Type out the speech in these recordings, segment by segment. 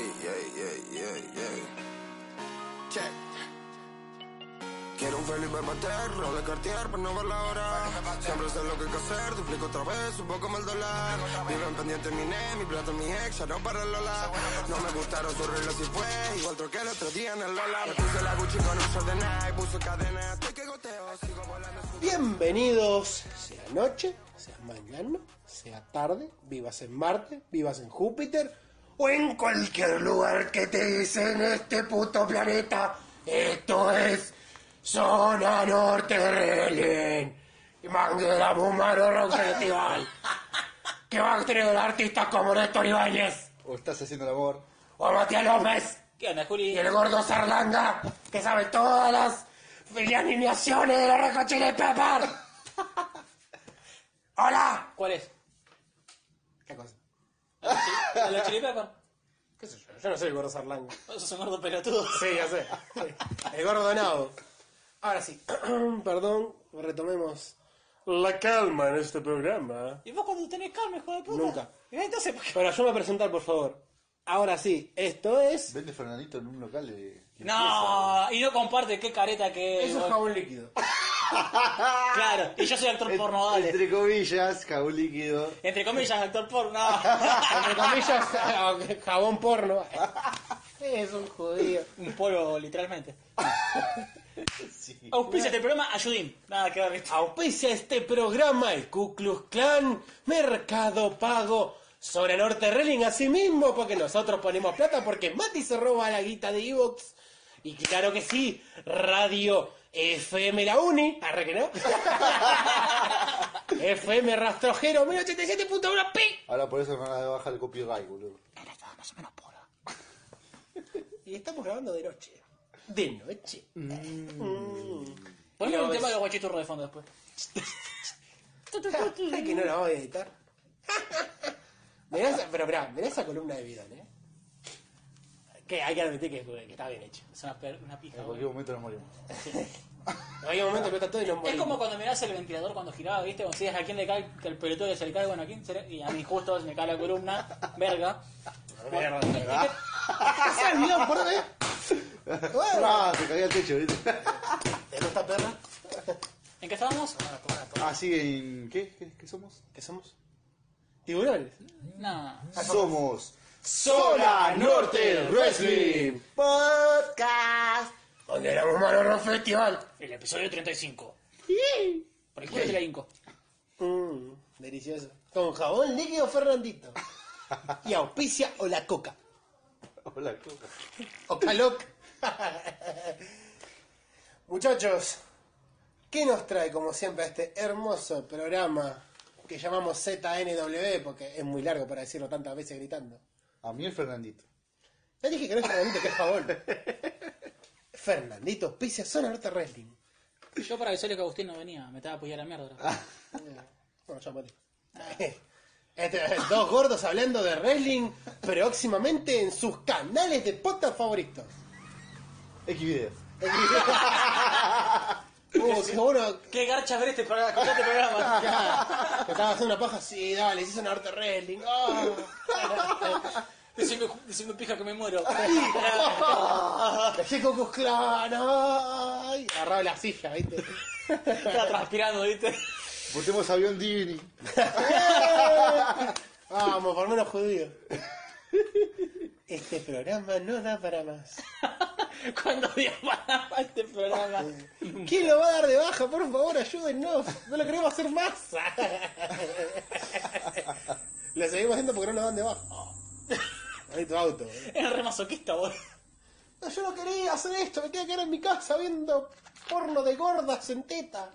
yeah, yeah, yeah. Check. Quiero un Felipe Paterno de Cartier para no ver la hora. Siempre sé lo que hay que hacer, duplico otra vez, un poco más el dólar. Viven pendiente mi ne, mi plato, mi ex, ya no para el Lola. No me gustaron sus reglas y fue igual troqué el otro día en el Lola. Me puse la Gucci con un short de Nike, puse cadena, estoy que goteo, sigo volando. en su- Bienvenidos, sea noche, sea mañana, sea tarde, vivas en Marte, vivas en Júpiter o en cualquier lugar que te dicen este puto planeta. Esto es Zona Norte Rebelión y Manguera Bumaro Rock Festival. que van a tener artistas como Néstor Ibáñez O estás haciendo el amor. o Matías López ¿Qué onda, y Juli? el gordo Sarlanga que sabe todas las alineaciones de la Red Hot Chili Pepper. ¡Hola! ¿Cuál es? ¿Qué cosa? ¿La de los Chili Peppers? ¿Qué sé yo? Yo no soy el gordo Sarlanga. Vos sos un gordo pelotudo. Sí, ya sé. Sí. El gordo nabo. Ahora sí. Perdón, retomemos la calma en este programa. ¿Y vos cuando tenés calma, hijo de puta? Nunca. Y entonces, ¿por qué? Pero yo me voy a presentar, por favor. Ahora sí, esto es... Vende Fernandito en un local de. No, y no comparte qué careta que es. vos. jabón líquido. Claro, y yo soy actor En- porno, dale. Entre, Entre comillas, jabón líquido. comillas, actor porno. Entre comillas, eh, jabón porno. Es un judío. un polo, literalmente. Sí. Auspicia este programa, ayudín. Nada que ver, ¿viste? Auspicia este programa el Ku Klux Klan, Mercado Pago, sobre Norte Relling, así mismo, porque nosotros ponemos plata, porque Mati se roba la guita de Evox. Y claro que sí, Radio FM La Uni, arre que no. FM Rastrojero 1087.1 P. Ahora por eso me van a dar de baja el copyright, boludo. Y estamos grabando de noche. De noche. Ponle un No, tema es- de los guachiturros de fondo después. Ay, que no la vamos a editar. Mirá esa- pero mirá, mirá esa columna de Vidal, ¿eh? Que hay que admitir que, que está bien hecho. Es una, per- una pija. En boludo. cualquier momento nos morimos. En algún momento explota todo y nos Es morimos. como cuando mirás el ventilador cuando giraba, ¿viste? Cuando decías a quién le cae que el pelotudo que se le cae, bueno, a quién se le... Y a mí justo se me cae la columna, verga. Mierda, Y- y- ¡Se olvidó, por dónde! ¡Ah! Se caía el techo, ¿viste? ¿Esto está perra? ¿En qué estábamos? Así Ah, en. ¿Qué? ¿Qué, qué somos? ¿Qué somos? ¿Tiburones? No. Somos. Zona Norte Wrestling Podcast. Donde era un malo rock festival. El episodio 35. Por el culo te la hinco. Mmm, delicioso. Con jabón líquido Fernandito. Y auspicia o la coca. Hola, coca. O caloc. Muchachos, ¿qué nos trae como siempre a este hermoso programa que llamamos ZNW? Porque es muy largo para decirlo tantas veces gritando. A mí el Fernandito. Ya dije que no es Fernandito, que es jabón. Fernandito, auspicia Zona Norte Wrestling. Yo para decirle que Agustín no venía, me estaba a apoyar la mierda. Ah, ahora. Eh, Bueno, ya maté. Este, dos gordos hablando de wrestling próximamente en sus canales de podcast favoritos. X-Video. Uh, qué bueno, Qué garcha ver este programa, escuchar este programa. Ya, te estaba haciendo una paja, sí, dale, hice una arte wrestling. ah. Diciendo, diciendo pija que me muero. Dejé Cocos Clan, ay. Agarraba la silla, ¿viste? Estaba transpirando, ¿viste? Botemos avión Disney. Vamos, por menos judío. Este programa no da para más. Cuando voy a parar este programa. ¿Quién lo va a dar de baja? Por favor, ayúdennos. No lo queremos hacer más. Lo seguimos haciendo porque no lo dan de baja. Ahí tu auto. ¿eh? Era re masoquista, boludo. No, yo no quería hacer esto, me quería quedar en mi casa viendo porno de gordas en teta.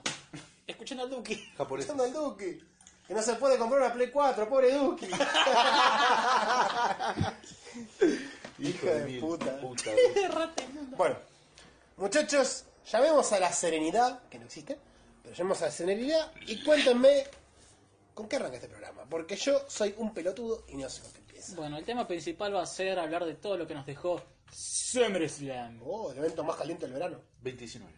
Escuchando al Duki. Japonés. Pensando al Duki. Que no se puede comprar una Play 4, pobre Duki. Hijo de mil puta. puta Rata inmunda. bueno, muchachos, llamemos a la serenidad, que no existe, pero llamemos a la serenidad y cuéntenme con qué arranca este programa. Porque yo soy un pelotudo y no sé con qué empieza. Bueno, el tema principal va a ser hablar de todo lo que nos dejó SummerSlam. Oh, el evento más caliente del verano. 29.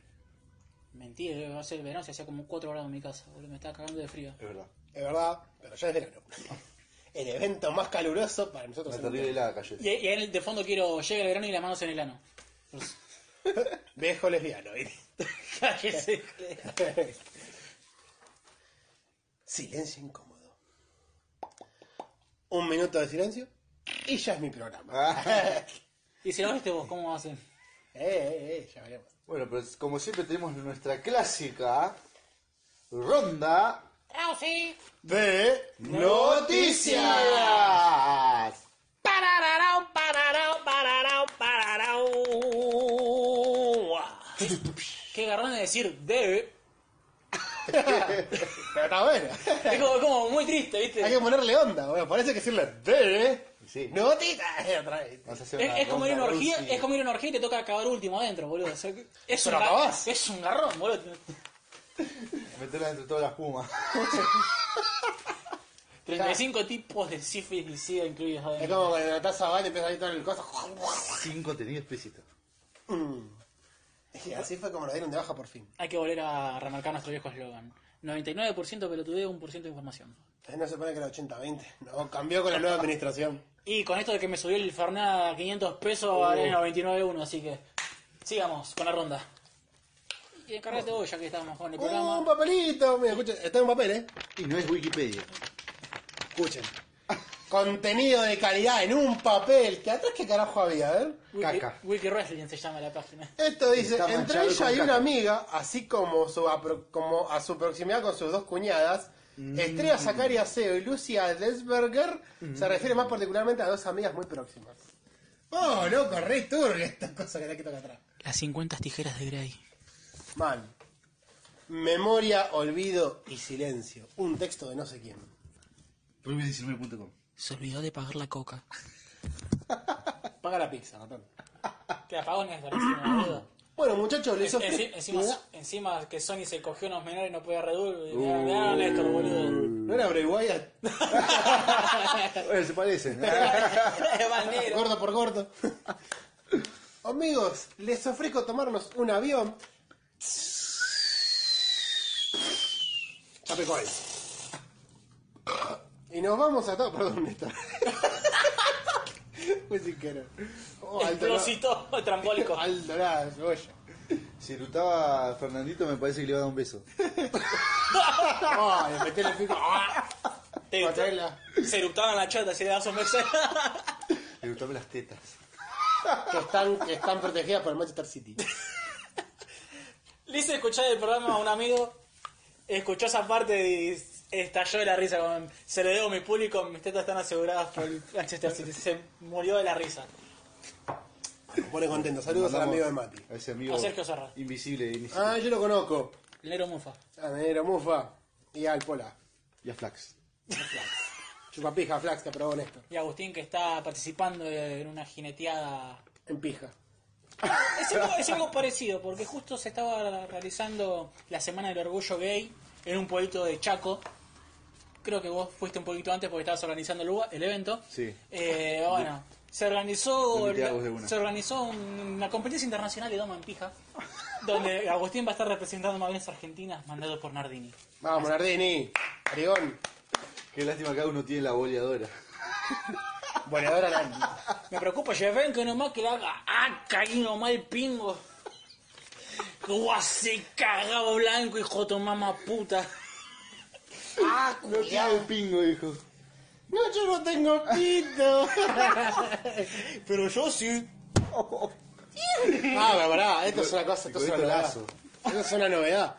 Mentí, va a ser el verano, se hacía como 4 grados en mi casa, boludo. Me estaba cagando de frío. Es verdad. Es verdad, pero ya es verano. el evento más caluroso para nosotros. Una en el terrible helada cayó. Y, y él de fondo quiero, llega el verano y las manos en el ano. Viejo lesbiano, ¿viste? Cállese. silencio incómodo. Un minuto de silencio y ya es mi Ah. programa. y si lo viste vos, ¿cómo hacen? Eh, eh, eh, ya veremos. Bueno, pero como siempre tenemos nuestra clásica ronda Ah, sí. de noticias. Pararau, pararau, pararau, pararau. Qué garrón de decir debe. Pero está bueno. Es como, como muy triste, ¿viste? Hay que ponerle onda, bueno, parece que decirle de Sí. notita eh, otra vez. Vamos a hacer Es, una es como ir a una ronda orgía, Lucy. es como ir a una orgía y te toca acabar último adentro, boludo. O sea, es, un Pero gar- acabás. es un garrón, boludo. Meterla entre todas las pumas. 35 tipos de sífilis y sida incluidos Es adentro. como cuando la taza de baño empieza a ir todo el coso. Sin contenido explícito. Y así fue como lo dieron de baja por fin. Hay que volver a remarcar nuestro viejo eslogan. 99% pelotudeo, 1% de información. Eh, No se pone que era 80-20. No, cambió con la nueva administración. Y con esto de que me subió el Fernández a 500 pesos, ahora es 99.1, así que sigamos con la ronda. Y encárgate vos, ya que estamos con el Un programa. papelito. Mira, escuchen, está en papel, ¿eh? Y no es Wikipedia. Escuchen. Contenido de calidad en un papel. ¿Qué atrás qué carajo había? A ver. Wiki, Caca. Wiki Wrestling se llama la página. Esto dice, Está entre manchado ella con y una caca. amiga, así como, su apro- como a su proximidad con sus dos cuñadas, Estrella Zacari Aceo y Lucia Desberger, se refiere más particularmente a dos amigas muy próximas. Oh, loco, re turbio esta cosa que la que toca atrás. Las 50 tijeras de Grey. Man. Memoria, olvido y silencio. Un texto de no sé quién. Prohibid19.com. Se olvidó de pagar la coca. Paga la pizza, ratón. Te apagó es rarísimo, boludo. Bueno, muchachos, le hizo... Enci- encima, encima que Sony se cogió unos menores y no podía reducir. Mirá, Néstor, boludo. ¿No era Bray Wyatt? Bueno, se parecen. Es más negro. Gordo por gordo. Amigos, les ofrezco tomarnos un avión. Chapecoal. Y nos vamos a todo. Perdón, Néstor. Fue sin querer. Oh, alto, Explosito trambólico. alto la cebolla. Si lutaba Fernandito, me parece que le iba a dar un beso. Oh, le metí el pico. Ah, Te- patela. Se eructaban la chata si le das un beso. Le gustaban las tetas. que, están, que están protegidas por el Manchester City. Le hice escuchar el programa a un amigo, escuchó esa parte y estalló de la risa. Con, se lo debo a mi público, mis tetas están aseguradas por el Manchester City. Se murió de la risa. Me pone contento. Saludos al Mandamos amigo de Mati. A ese amigo A Sergio Serra. invisible, invisible. Ah, yo lo conozco. El negro mufa. A Medero Mufa y al Pola. Y a Flax. Chupapija, Flax, que aprobó Néstor. Y Agustín que está participando en una jineteada. En pija. Es algo, es algo parecido, porque justo se estaba realizando la Semana del Orgullo Gay en un pueblito de Chaco. Creo que vos fuiste un poquito antes porque estabas organizando el, lugar- el evento. Sí. Eh, bueno, se organizó, Metí a vos de una. se organizó un- una competencia internacional de Doma en Pija, donde Agustín va a estar representando Malvinas Argentinas, mandado por Nardini. Vamos, Nardini. Arigón. Qué lástima que cada uno tiene la boleadora. Voladora Nardini. Me preocupa, ya ven que nomás que le haga ¡Ah, caído mal pingo! ¡Guase cagado blanco, hijo de mamá puta! ¡Ah, No tiene el pingo, dijo. No, yo no tengo pito. Pero yo sí. ah, pero pará, esto es una cosa, esto es una Igualito novedad. lazo. Esto es una novedad.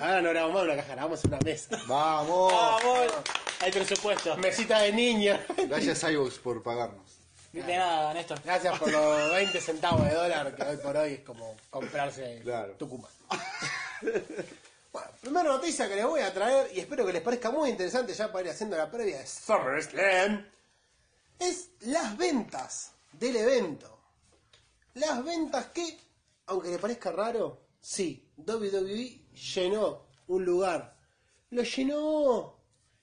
Ahora no grabamos más una caja, grabamos en una mesa. ¡Vamos! ¡Vamos! Ah, Hay presupuesto. Mesita de niño. Gracias, Cybox, por pagarnos. De nada, Néstor. Gracias por los 20 centavos de dólar que hoy por hoy es como comprarse Claro. Tucumán. bueno, primera noticia que les voy a traer y espero que les parezca muy interesante ya para ir haciendo la previa de SummerSlam es las ventas del evento. Las ventas que, aunque le parezca raro, sí, WWE llenó un lugar. ¡Lo llenó!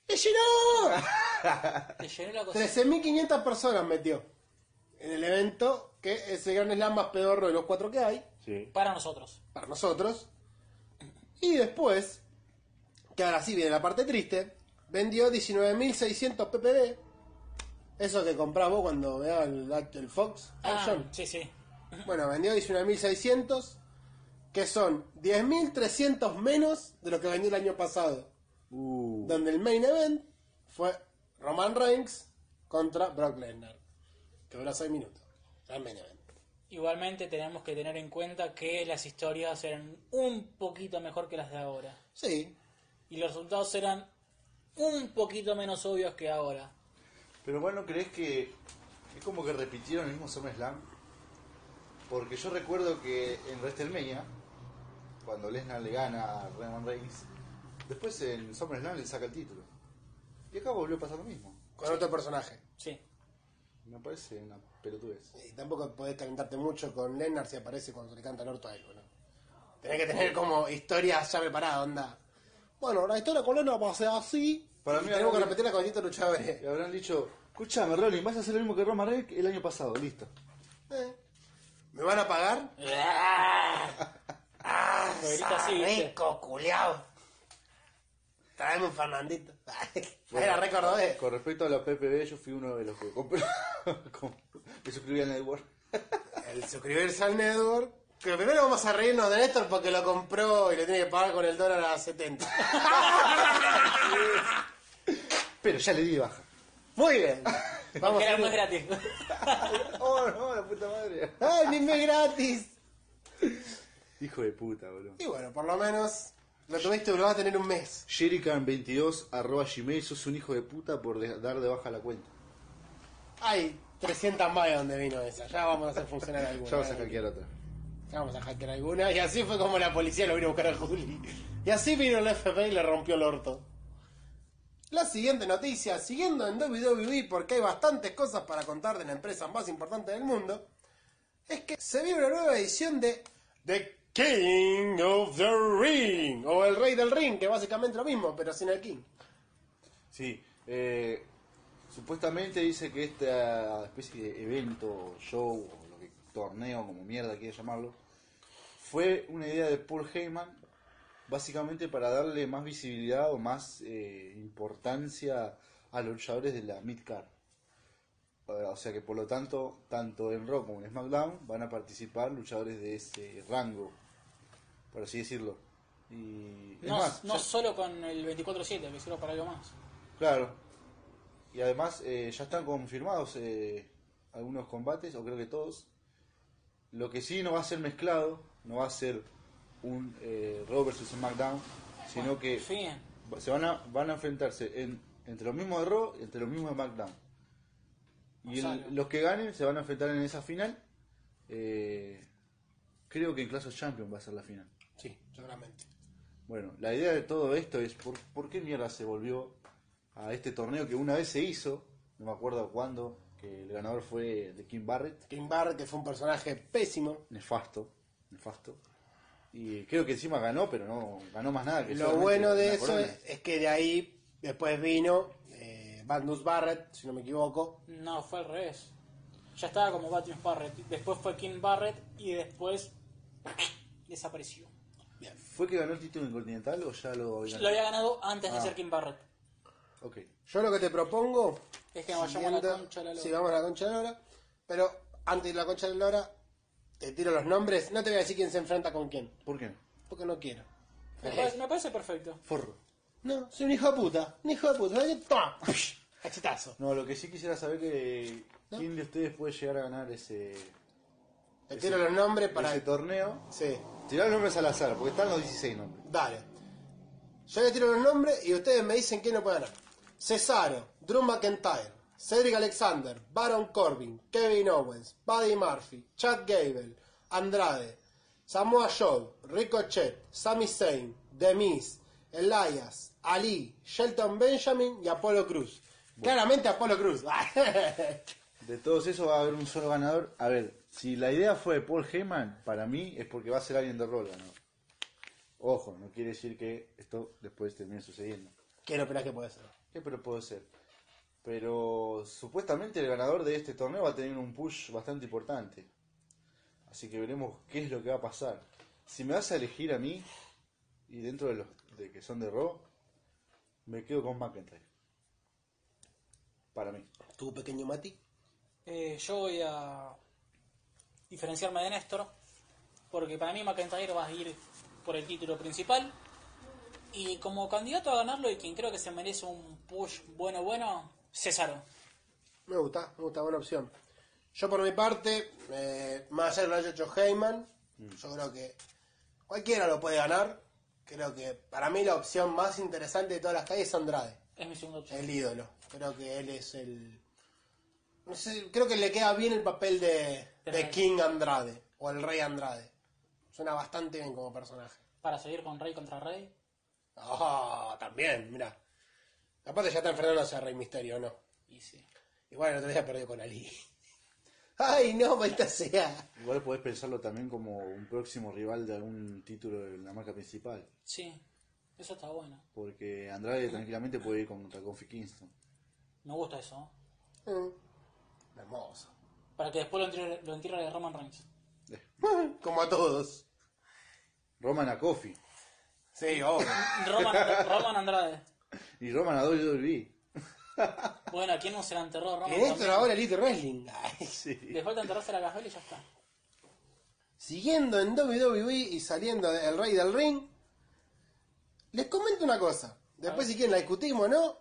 ¡Le llenó! Te llené la cosa. 13.500 personas metió en el evento, que es el gran slam más pedorro de los cuatro que hay, Sí. Para nosotros. para nosotros. Y después, que ahora sí viene la parte triste, vendió 19.600 ppb, Eso que comprás vos cuando veas el, el Fox Ah, Action. sí, sí. Bueno, vendió 19.600, que son 10.300 menos de lo que vendió el año pasado. Uh, Donde el main event fue Roman Reigns contra Brock Lesnar, que duró 6 minutos. Era el main event. Igualmente tenemos que tener en cuenta que las historias eran un poquito mejor que las de ahora. Sí, Y los resultados eran un poquito menos obvios que ahora. Pero bueno, ¿crees que es como que repitieron el mismo SummerSlam? Porque yo recuerdo que en WrestleMania, cuando Lesnar le gana a Roman Reigns, después en SummerSlam le saca el título. Y acá volvió a pasar lo mismo. con otro personaje. Sí. Me parece una pelotudez. Y tampoco podés calentarte mucho con Lennart si aparece cuando se le canta el orto a él, ¿no? Tenés que tener como historias ya preparadas, onda. Bueno, la historia con Lennart va a ser así. Para y mí tenemos que ahora- repetirla con distintos luchadores. Y habrán dicho, escúchame Rolling, vas a hacer lo mismo que Roman Reigns el año pasado, listo. Eh, ¿Me van a pagar? ¡Ah! Lo grita así, ¿viste? rico, culiao! Traeme un Fernandito. Era récord de... Con respecto a la PPB, yo fui uno de los que compré. com- me suscribí al network. El suscribirse al network. Que primero vamos a reírnos de Néstor porque lo compró y le tiene que pagar con el dólar a 70. Pero ya le di de baja. Muy bien. Vamos Porque a era hacer- más gratis. oh no, la puta madre. ¡Ay, ni me gratis! Hijo de puta, boludo. Y bueno, por lo menos lo tuviste, lo vas a tener un mes. Sherikan22 arroba gmail, sos un hijo de puta por de- dar de baja la cuenta. Hay 300 más de donde vino esa. Ya vamos a hacer funcionar alguna. Ya vas a hackear otra. Ya vamos a hackear alguna. Y así fue como la policía lo vino a buscar a Juli. Y así vino el FBI y le rompió el orto. La siguiente noticia, siguiendo en WWE porque hay bastantes cosas para contar de la empresa más importante del mundo, es que se vive una nueva edición de The King of the Ring, o El Rey del Ring, que básicamente lo mismo, pero sin el King. Sí, eh, supuestamente dice que esta especie de evento, show, o lo que, torneo, como mierda quiere llamarlo, fue una idea de Paul Heyman, básicamente para darle más visibilidad o más eh, importancia a los luchadores de la midcard. Eh, O sea que por lo tanto, tanto en Raw como en SmackDown van a participar luchadores de ese rango, por así decirlo. Y, es No, más, no ya- solo con el 24-7, lo hicieron para algo más. Claro. Y además eh, ya están confirmados eh, algunos combates, o creo que todos. Lo que sí no va a ser mezclado, no va a ser un eh, Raw vs SmackDown, sino Bueno, que Fin. va- se van a, van a enfrentarse en- entre los mismos de Raw y entre los mismos de SmackDown. Y el- Gonzalo. los que ganen se van a enfrentar en esa final. Eh, creo que en Clash of Champions va a ser la final. Sí, seguramente. Bueno, la idea de todo esto es por, por qué mierda se volvió a este torneo que una vez se hizo, no me acuerdo cuándo, que el ganador fue de Kim Barrett, King Barrett, que fue un personaje pésimo. nefasto, nefasto. Y creo que encima ganó, pero no ganó más nada que Lo solamente bueno de una eso corona. es, es que de ahí después vino eh, Bandus Barrett, si no me equivoco. No, fue al revés. Ya estaba como Batman Barrett. Después fue King Barrett y después desapareció. ¿Fue que ganó el título Continental o ya lo había Lo había ganado antes de Ah. ser King Barrett. Ok. Yo lo que te propongo Es que vayamos a la siguiendo- concha de la lora. Sí, vamos a la concha de la lora. Pero antes de ir a la concha de la lora, te tiro los nombres. No te voy a decir quién se enfrenta con quién, ¿Por qué? porque no quiero. Me parece, me parece perfecto. Forro. No, soy un hijo de puta. Un hijo de puta. ¿sabes qué? Toma. Cachetazo. No, lo que sí quisiera saber es quién de ustedes puede llegar a ganar ese, Te tiro los nombres para. ese torneo. Sí, Tirá los nombres al azar, porque están los 16 nombres. dale. Yo les tiro los nombres y ustedes me dicen quién no puede ganar. Cesaro, Drew McIntyre, Cedric Alexander, Baron Corbin, Kevin Owens, Buddy Murphy, Chad Gable, Andrade, Samoa Joe, Ricochet, Sami Zayn, The Miz, Elias, Ali, Shelton Benjamin y Apolo Cruz. Claramente Apolo Cruz. De todos esos va a haber un solo ganador. A ver, si la idea fue de Paul Heyman, para mí es porque va a ser alguien de rol ganador. Ojo, no quiere decir que esto después termine sucediendo. ¿Qué no esperás que puede ser? ¿Qué pero puede ser? Pero supuestamente el ganador de este torneo va a tener un push bastante importante. Así que veremos qué es lo que va a pasar. Si me vas a elegir a mí, y dentro de los de que son de Raw, me quedo con McIntyre. Para mí. ¿Tu pequeño Mati? Eh, yo voy a diferenciarme de Néstor, porque para mí McIntyre va a ir por el título principal. Y como candidato a ganarlo y quien creo que se merece un push bueno, bueno, César. Me gusta, me gusta, buena opción. Yo por mi parte, eh, más allá de lo haya hecho Heyman, yo creo que cualquiera lo puede ganar. Creo que para mí la opción más interesante de todas las calles es Andrade, Es mi segunda opción. el ídolo. Creo que él es el... No sé, creo que le queda bien el papel de, de King Andrade o el Rey Andrade. Suena bastante bien como personaje. Para seguir con Rey contra Rey. Ah, también, mira. Aparte ya está enfrentándose a Rey Misterio, ¿no? Y sí. Igual el otro día perdió con Ali. Ay, no, maldita sea. Igual podés pensarlo también como un próximo rival de algún título de la marca principal. Sí, eso está bueno. Porque Andrade tranquilamente puede ir contra Kofi Kingston. Me gusta eso. ¿no? Mm. Hermoso. Para que después lo entierre, lo entierre de Roman Reigns. Como a todos. Roman a Kofi. Sí, obvio. Roman, Roman Andrade. Y Roman a E. WWE. Bueno, ¿a quién no se la enterró Roman? en esto también? ahora Elite Wrestling. Ay. Sí. Le falta enterrarse la cajela y ya está. Siguiendo en WWE y saliendo del Rey del Ring, les comento una cosa. Después, si quieren, la discutimos o no.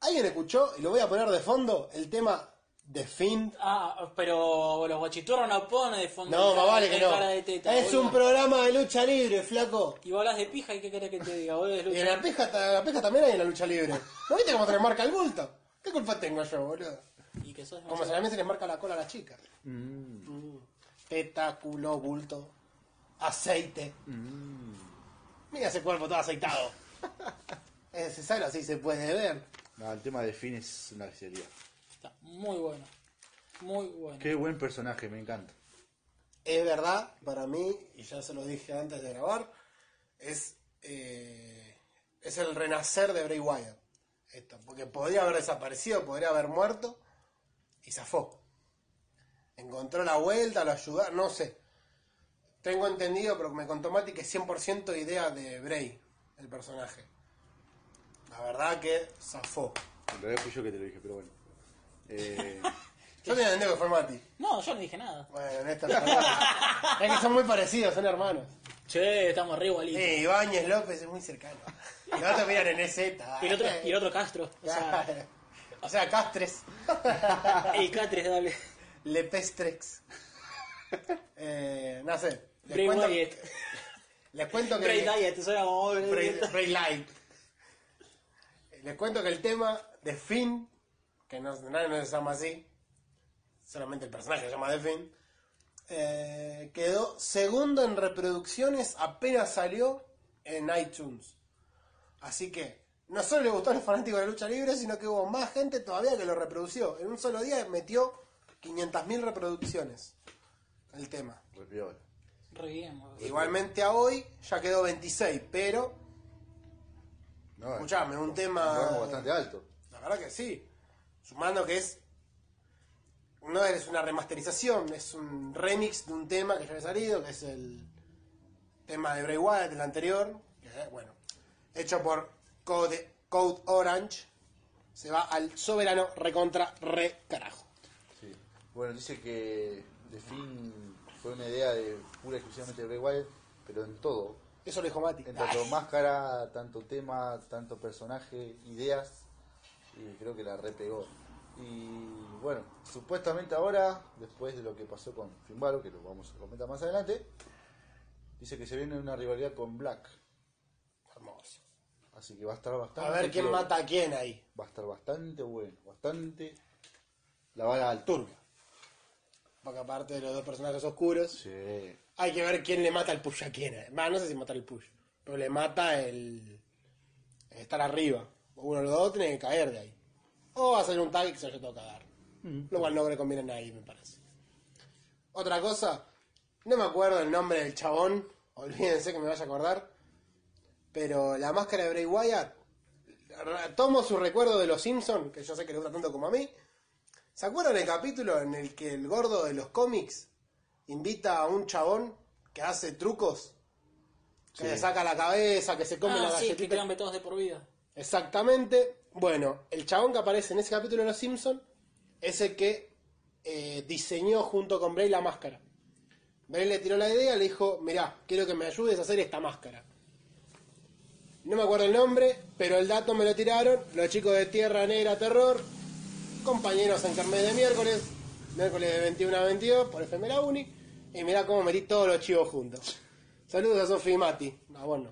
Alguien escuchó, y lo voy a poner de fondo, el tema de Finn. Ah, pero los guachiturros no pone de fondo. No, cara- más vale que de no. cara de teta, Es boludo. un programa de lucha libre, flaco. Y vos hablas de pija y qué querés que te diga, boludo, de Y lucha. en la pesca, ta- la pesca también hay en la lucha libre. ¿No viste cómo se les marca el bulto? ¿Qué culpa tengo yo, boludo? Y que sos Como se, también se les marca la cola a las chicas. Mm. Teta, culo, bulto, aceite. Mira ese cuerpo todo aceitado. es necesario, así se puede ver. No, el tema de Finn es una bestialidad. Está muy bueno. Muy bueno. Qué buen personaje, me encanta. Es verdad, para mí, y ya se lo dije antes de grabar, es, eh, es el renacer de Bray Wyatt. Esto, porque podría haber desaparecido, podría haber muerto, y zafó. Encontró la vuelta, lo ayudó, no sé. Tengo entendido, pero me contó Mati que es 100% idea de Bray, el personaje. La verdad que zafó. En realidad fui yo que te lo dije, pero bueno. Eh, Yo tenía entendido que fue Mati. No, yo no dije nada. Bueno, Néstor, perdón. es que son muy parecidos, son hermanos. Che, estamos re igualitos. Eh, Ibáñez López es muy cercano. Y los otros miran en EZ. Y el otro, y el eh, otro Castro. O sea, Claro. O sea, Castres. el Catres, dale. Lepestrex. Eh, no sé. Les Bray cuento, Wyatt. les cuento que. Bray Wyatt, te suena como... Bray- Bray Light. Les cuento que el tema de Finn, que no, nadie no se llama así, solamente el personaje se llama de Finn, eh, quedó segundo en reproducciones apenas salió en iTunes. Así que no solo le gustó a los fanáticos de la lucha libre, sino que hubo más gente todavía que lo reprodució. En un solo día metió 500.000 reproducciones el tema. repiola. Re bien, boludo. Igualmente a hoy ya quedó 26, pero No, Escuchame, un tema- rango bastante alto. La verdad que sí. Sumando que es. No es una remasterización, es un remix de un tema que ya había salido, que es el tema de Bray Wyatt, el anterior. que, eh, bueno, hecho por Code, Code Orange. Se va al soberano recontra re carajo. Sí. Bueno, dice que de Finn fue una idea de pura y exclusivamente de Bray Wyatt, pero en todo. Eso lo dijo Mati. En tanto máscara, tanto tema, tanto personaje, ideas. Y creo que la repegó. Y bueno, supuestamente ahora, después de lo que pasó con Finn Balor, que lo vamos a comentar más adelante, dice que se viene una rivalidad con Black. Hermoso. Así que va a estar bastante. A ver quién pero mata a quién ahí. Va a estar bastante bueno, bastante. La vara al turbio. Porque aparte de los dos personajes oscuros, Sí. hay que ver quién le mata el push a quién. eh. Va, no sé si matar el push, pero le mata el estar arriba. Uno de los dos tiene que caer de ahí. O hacer un tag y que se vaya todo a cagar. Lo cual no le conviene a nadie, me parece. Otra cosa, no me acuerdo el nombre del chabón, olvídense que me vaya a acordar, pero la máscara de Bray Wyatt, tomo su recuerdo de los Simpsons, que yo sé que le gusta tanto como a mí. ¿Se acuerdan el capítulo en el que el gordo de los cómics invita a un chabón que hace trucos? Que Sí. le saca la cabeza, que se come Ah, la sí, que galletita. quedan vetados de por vida. Exactamente. Bueno, el chabón que aparece en ese capítulo de Los Simpsons es el que eh, diseñó junto con Bray la máscara. Bray le tiró la idea, le dijo, mirá, quiero que me ayudes a hacer esta máscara. No me acuerdo el nombre, pero el dato me lo tiraron. Los chicos de Tierra Negra Terror, compañeros en Carmen de miércoles, miércoles de 21 a 22 por FM La Uni. Y mirá cómo metí todos los chivos juntos. Saludos a Sofi y Mati. Ah, bueno.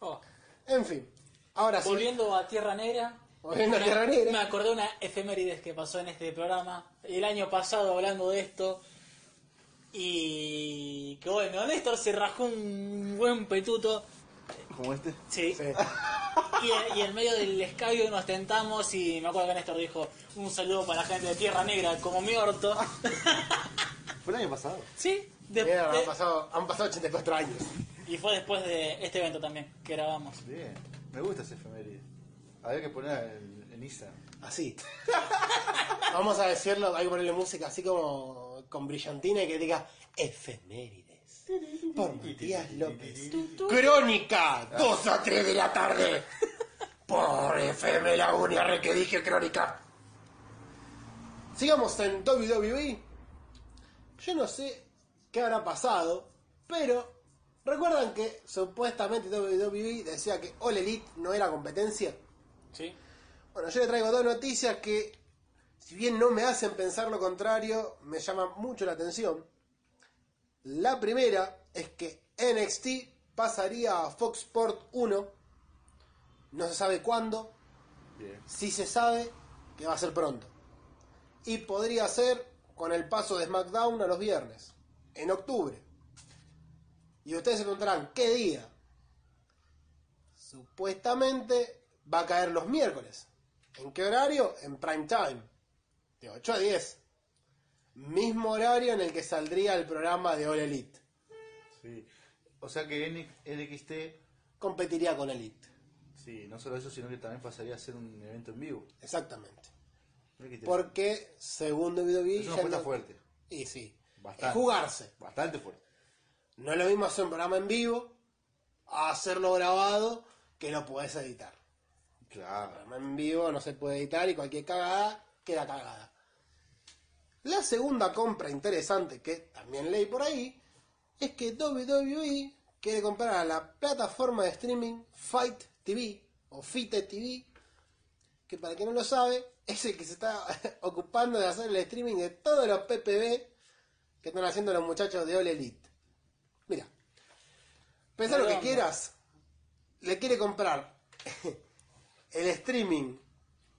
Oh. En fin. Ahora Ah, sí. Volviendo a Tierra Negra. Volviendo a me- Tierra Negra. Me acordé una efemérides que pasó en este programa. El año pasado hablando de esto. Y que bueno, Néstor se rajó un buen petuto. Como este. Sí. Sí. Y, y en medio del escabio nos tentamos y me acuerdo que Néstor dijo un saludo para la gente de Tierra Negra como mi orto. Fue el año pasado. sí. de- Mierda, de- han, pasado, han pasado 84 años. y fue después de este evento también que grabamos. Bien. Me gusta ese efeméride. Había que poner en, en Instagram. Así. Vamos a decirlo, hay que ponerle música así como con brillantina y que diga efemérides. Por Matías López. Crónica, 2 a 3 de la tarde. Por FM La Unia, que dije crónica. Sigamos en WWE. Yo no sé qué habrá pasado, pero ¿recuerdan que supuestamente WWE decía que All Elite no era competencia? Sí. Bueno, yo le traigo dos noticias que, si bien no me hacen pensar lo contrario, me llaman mucho la atención. La primera es que NXT pasaría a Fox Sport 1. No se sabe cuándo, Bien. sí se sabe que va a ser pronto. Y podría ser con el paso de SmackDown a los viernes, en octubre. Y ustedes se preguntarán, ¿qué día? Supuestamente va a caer los miércoles. ¿En qué horario? En prime time. De 8 a 10. Mismo horario en el que saldría el programa de All Elite. Sí. O sea que NXT, Competiría con Elite. sí, no solo eso, sino que también pasaría a ser un evento en vivo. Exactamente. Mirá que interesante. Porque, según WWE... es una ya apuesta no- fuerte. Y sí. Bastante. Es jugarse. Bastante fuerte. No es lo mismo hacer un programa en vivo a hacerlo grabado que lo podés editar. El Claro. programa en vivo no se puede editar y cualquier cagada queda cagada. La segunda compra interesante que también leí por ahí es que WWE quiere comprar a la plataforma de streaming Fight TV o Fite TV, que para quien no lo sabe es el que se está ocupando de hacer el streaming de todos los PPB que están haciendo los muchachos de All Elite. Mira, pensá lo que Caramba. quieras, le quiere comprar el streaming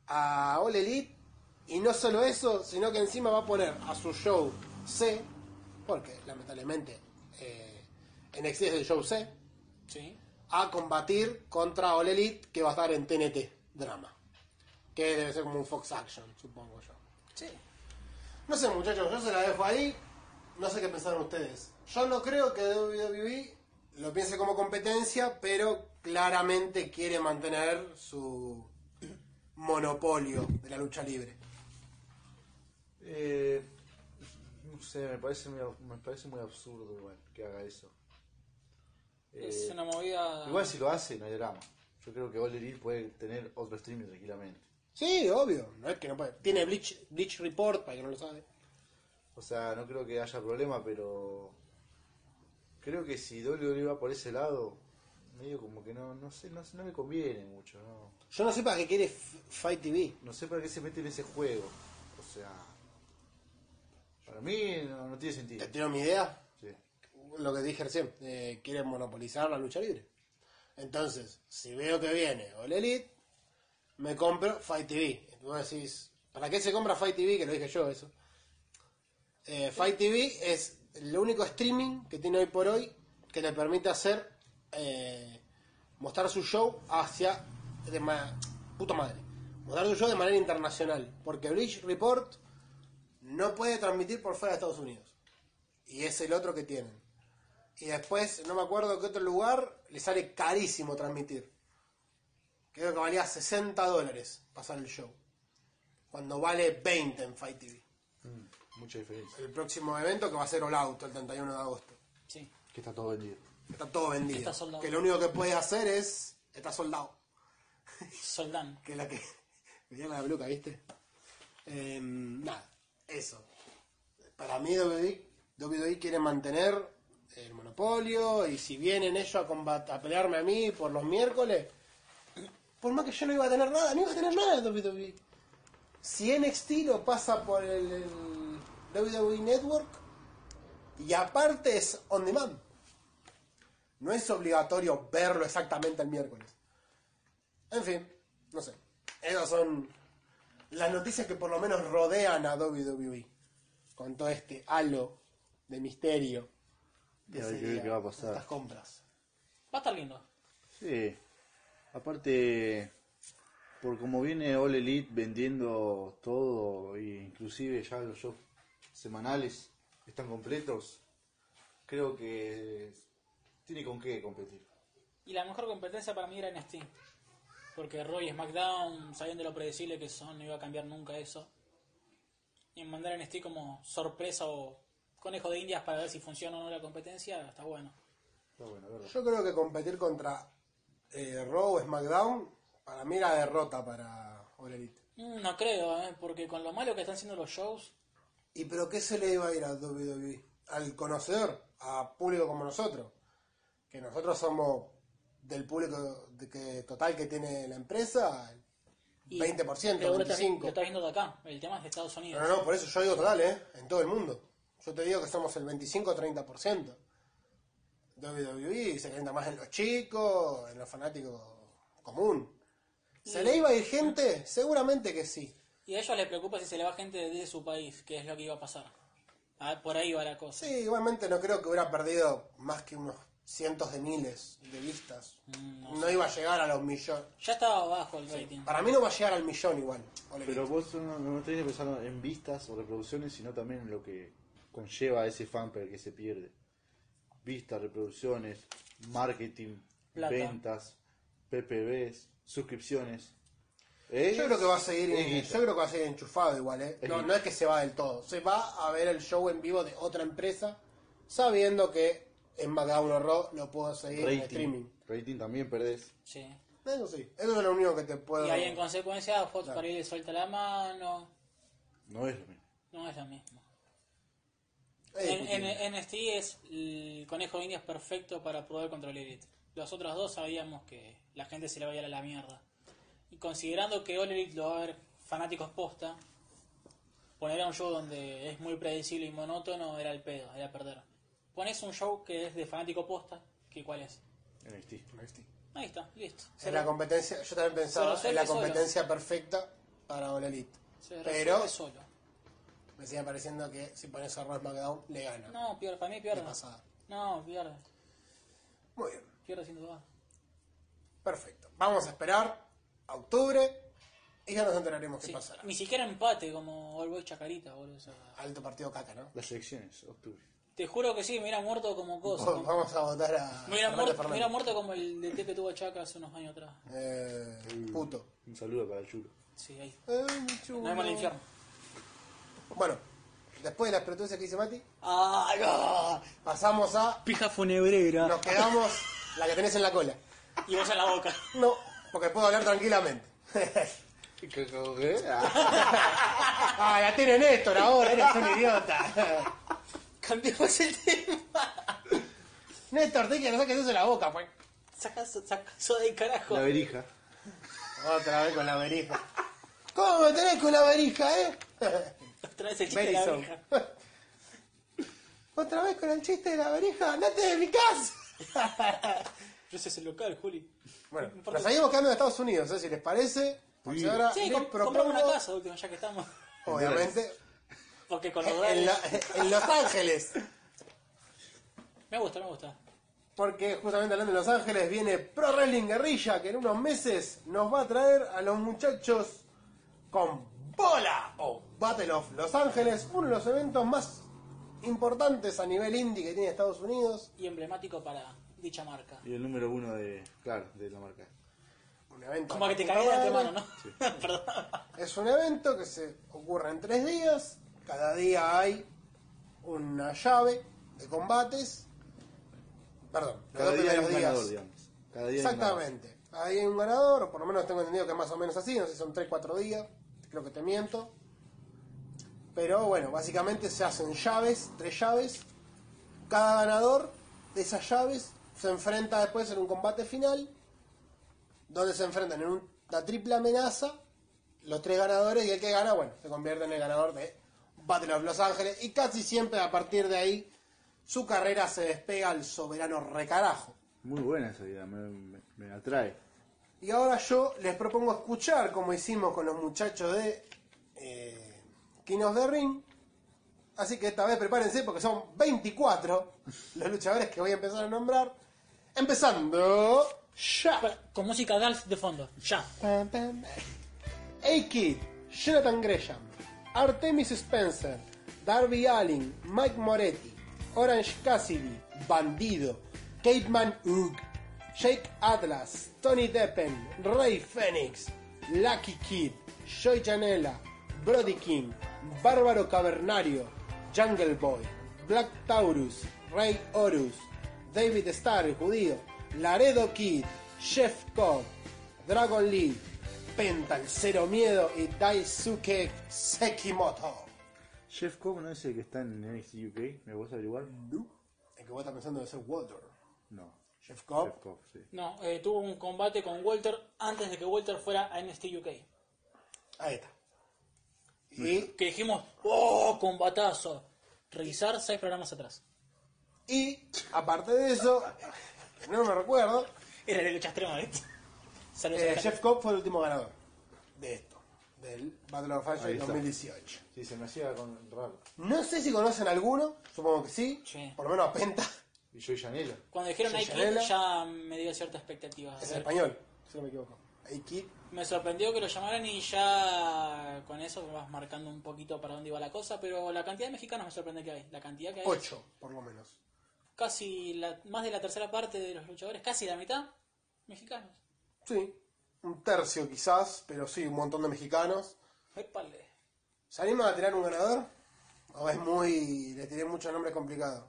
a All Elite y no solo eso, sino que encima va a poner a su show C, porque lamentablemente eh, NXT es el show C, Sí. a combatir contra All Elite que va a estar en TNT Drama, que debe ser como un Fox Action, supongo yo. Sí. No sé, muchachos, yo se la dejo ahí. No sé qué pensaron ustedes. Yo no creo que WWE lo piense como competencia, pero claramente quiere mantener su monopolio de la lucha libre. Eh, no sé, me parece muy, ab- me parece muy absurdo igual que haga eso. Eh, Es una movida. Igual si lo hace, no hay drama. Yo creo que All Elite puede tener otro streaming tranquilamente. Sí, obvio. No es que no puede. Tiene Bleach, Bleach Report, para que no lo sabe. O sea, no creo que haya problema, pero creo que si WWE va por ese lado, medio como que no, no sé, no, sé, no me conviene mucho, no. Yo no sé para qué quiere F- Fight TV. No sé para qué se mete en ese juego. O sea, para mí no, no tiene sentido. Te tiro mi idea. Sí. lo que dije recién, eh, quieren monopolizar la lucha libre. Entonces, si veo que viene All Elite, me compro Fight TV. Y Vos decís, ¿para qué se compra Fight TV? Que lo dije yo eso. Eh, Fight TV es el único streaming que tiene hoy por hoy que le permite hacer eh, mostrar su show hacia de ma- puta madre mostrar su show de manera internacional porque Bridge Report no puede transmitir por fuera de Estados Unidos y es el otro que tienen. Y después, no me acuerdo qué otro lugar, le sale carísimo transmitir. Creo que valía 60 dólares pasar el show. Cuando vale 20 en Fight TV. Mm. Mucha diferencia. El próximo evento que va a ser All Out el 31 de agosto. Sí. Que está todo vendido. Está todo vendido. Está sold out. que lo único que puedes hacer es... Está soldado. Soldán. que es la que veía la peluca, ¿viste? Em, nada, eso. Para mí WWE, WWE quiere mantener el monopolio y si vienen ellos a, combat- a pelearme a mí por los miércoles, por más que yo no iba a tener nada, no iba a tener nada de WWE. E. Si NXT lo pasa por el, el WWE Network y aparte es on demand. No es obligatorio verlo exactamente el miércoles. En fin, no sé. Esas son las noticias que por lo menos rodean a WWE. Con todo este halo de misterio. Y hay que ver qué va a pasar. Estas compras. Va a estar lindo. Sí. Aparte, por como viene All Elite vendiendo todo, e inclusive ya los shows semanales están completos, creo que tiene con qué competir. Y la mejor competencia para mí era NXT. Porque Roy y SmackDown, sabiendo lo predecible que son, no iba a cambiar nunca eso. Y mandar a NXT como sorpresa o conejo de indias para ver si funciona o no la competencia, está bueno. Está bueno, ¿verdad? Yo creo que competir contra eh, Raw o SmackDown, para mí era derrota para All Elite. Mm, No creo, ¿eh? porque con lo malo que están haciendo los shows, ¿Y pero qué se le iba a ir a WWE? Al conocedor, a público como nosotros. Que nosotros somos del público de que, total que tiene la empresa, Y- 20%, pero vos lo estás- 25%. Lo estás viendo de acá, el tema es de Estados Unidos. No, no, no, por eso yo digo total, ¿eh? En todo el mundo. Yo te digo que somos el 25 o 30%. WWE E se calienta más en los chicos, en los fanáticos común. ¿Se le iba a ir gente? Seguramente que sí. Y a ellos les preocupa si se le va gente de su país, que es lo que iba a pasar. Ah, por ahí va la cosa. Sí, igualmente no creo que hubiera perdido más que unos cientos de miles de vistas. Mm, No iba a llegar a los millones. Ya estaba abajo el rating. Para mí no va a llegar al millón igual. Ole. Pero vos no, no tenés que pensar en vistas o reproducciones, sino también en lo que conlleva ese fanpage que se pierde. Vistas, reproducciones, marketing, Plata. ventas, PPVs, suscripciones. ¿Eh? Yo creo que va a seguir, Es guita. yo creo que va a seguir enchufado igual, ¿eh? Es No, guita. no es que se va del todo. Se va a ver el show en vivo de otra empresa, sabiendo que en SmackDown o Raw lo puedo seguir en streaming. rating, rating también perdés. Sí. Eso sí, eso es lo único que te puedo. Y ahí en consecuencia Fox Claro. por ahí le suelta la mano. No es lo mismo. No es lo mismo. Es En, discutible. en- NXT es el conejo de indias perfecto para probar contra el Elite. Los otros dos sabíamos que la gente se le va a ir a la mierda. Y considerando que All Elite lo va a ver fanáticos posta, poner a un show donde es muy predecible y monótono era el pedo, era perder. Pones un show que es de fanático posta, que cuál es. NXT. Ahí está, listo. Es la competencia, yo también pensaba se en la resuelve competencia perfecta para All Elite. Se Pero resuelve solo. me sigue pareciendo que si pones a Raw SmackDown le gana. No, pierde, para mí De pierde. pasada. No, pierde, Muy bien. pierde sin duda. Perfecto. Vamos a esperar a octubre y ya nos enteraremos qué Sí, pasará. Ni siquiera empate como All Boy Chacarita, boludo. o sea, Alto partido caca, ¿no? Las elecciones, octubre. te juro que sí, me hubiera muerto como cosa. como- Vamos a votar a. me, hubiera Fernández muerto, me Fernández. hubiera muerto como el DT que tuvo Chaca hace unos años atrás. Eh, puto. Un saludo para el chulo. Sí, ahí. Eh, mi chulo. Nos vemos en el infierno. Bueno, después de las pelotudeces que dice Mati, ¡Ah, no! pasamos a. Pija funebrera. Nos quedamos la que tenés en la cola. Y vos en la boca. No, porque puedo hablar tranquilamente. ah, la tiene Néstor ahora, eres un idiota. Cambiamos el tema. Néstor, te quiero saques eso de la boca, pues. Sacá eso sacá eso del carajo. La verija. Otra vez con la verija. ¿Cómo me tenés con la verija, eh? Otra vez el chiste de la Berison. abeja. Otra vez con el chiste de la verija, andate de mi casa. Pero ese es el local, Juli. Bueno, No importa. nos seguimos quedando en Estados Unidos, ¿eh? si les parece. Porque Sí. ahora Sí, les com- propongo, compramos una casa, de última, ya que estamos. obviamente, Porque con los en, dólares... la- en Los Ángeles. Me gusta, me gusta. Porque justamente hablando de Los Ángeles viene Pro Wrestling Guerrilla, que en unos meses nos va a traer a los muchachos con bola o Battle of Los Ángeles, uno de los eventos más importantes a nivel indie que tiene Estados Unidos. Y emblemático para dicha marca. Y el número uno de, claro, de la marca. Un evento Como que te de caí de puta madre. antemano, ¿no? Perdón. Es un evento que se ocurre en tres días. Cada día hay una llave de combates. Perdón, los Cada dos día hay primeros un ganador, días. digamos. Cada día hay un ganador. Exactamente. Ahí hay un ganador, o por lo menos tengo entendido que es más o menos así, no sé si son 3-4 días, creo que te miento. Pero bueno, básicamente se hacen llaves, tres llaves. Cada ganador de esas llaves se enfrenta después en un combate final, donde se enfrentan en un- una triple amenaza los tres ganadores y el que gana, bueno, se convierte en el ganador de Battle of Los Ángeles y casi siempre a partir de ahí su carrera se despega al soberano recarajo. Muy buena esa idea, me, me- me atrae. Y ahora yo les propongo escuchar, como hicimos con los muchachos de eh, Kinos de Ring. Así que esta vez prepárense porque son 24 los luchadores que voy a empezar a nombrar. Empezando ya. Con música Galf de fondo. Ya. Pam, pam, pam. A-Kid, Jonathan Gresham, Artemis Spencer, Darby Allin, Mike Moretti, Orange Cassidy, Bandido, Caveman Ugg, Jake Atlas, Tony Deppen, Ray Phoenix, Lucky Kid, Joy Janela, Brody King, Bárbaro Cavernario, Jungle Boy, Black Taurus, Ray Horus, David Starr, el judío, Laredo Kid, Jeff Cobb, Dragon Lee, Penta, el Cero Miedo y Daisuke Sekimoto. Jeff Cobb no es el que está en NXT UK, ¿me vas a averiguar? El que vos estás pensando de ser Walter. No. Jeff Cobb. Jeff Cobb, sí. No, eh, tuvo un combate con Walter antes de que Walter fuera a NXT UK. Ahí está. Y, Que dijimos, ¡oh, combatazo! Revisar seis programas atrás. y, aparte de eso, no me recuerdo, Era la lucha extrema, ¿viste? Saludos eh, a Jeff Cobb fue el último ganador de esto, del Battle of Ahí Fashion está. 2018. Sí, se me hacía con raro. No sé si conocen alguno, supongo que sí, Sí. por lo menos a Penta, Y yo y Janela. Cuando dijeron Joey Aikid Janela. ya me dio cierta expectativa. A es ver, en español, si no me equivoco. Aikid, Me sorprendió que lo llamaran y ya con eso vas marcando un poquito para dónde iba la cosa, pero la cantidad de mexicanos me sorprende que hay. La cantidad que hay es 8, por lo menos. casi la- más de la tercera parte de los luchadores, casi la mitad, mexicanos. Sí, un tercio quizás, pero sí, un montón de mexicanos. Épale. ¿Se anima a tirar un ganador? ¿O es muy... le tiré muchos nombres complicados?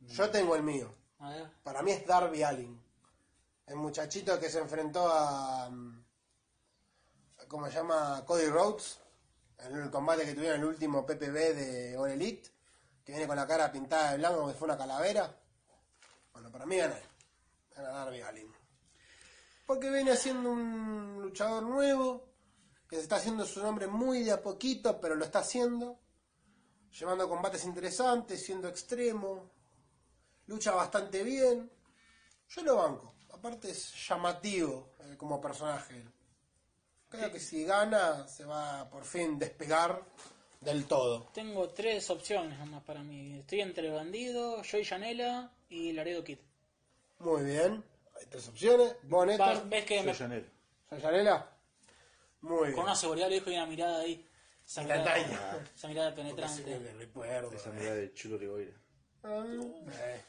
Yo tengo el mío. A ver. Para mí es Darby Allin. El muchachito que se enfrentó a... mm, ¿Cómo se llama? Cody Rhodes. En el combate que tuvieron en el último PPB de All Elite. Que viene con la cara pintada de blanco, que fue una calavera. Bueno, para mí gana. él. Gana Darby Allin. Porque viene siendo un luchador nuevo, que se está haciendo su nombre muy de a poquito, pero lo está haciendo. Llevando combates interesantes, siendo extremo. Lucha bastante bien. Yo lo banco. Aparte es llamativo eh, como personaje. Creo que si gana se va a por fin despegar del todo. Tengo tres opciones nomás para mí. Estoy entre Bandido, Joey Janela y Laredo Kid. Muy bien. Hay tres opciones. Va, Boneta. ¿Ves que Yo y me- Janela. Sayanela. Muy con bien. una seguridad le dijo y una mirada ahí? Esa mirada, Instantánea. esa mirada Sí, penetrante. me recuerdo. Esa mirada de Chulo Rigoira. Eh.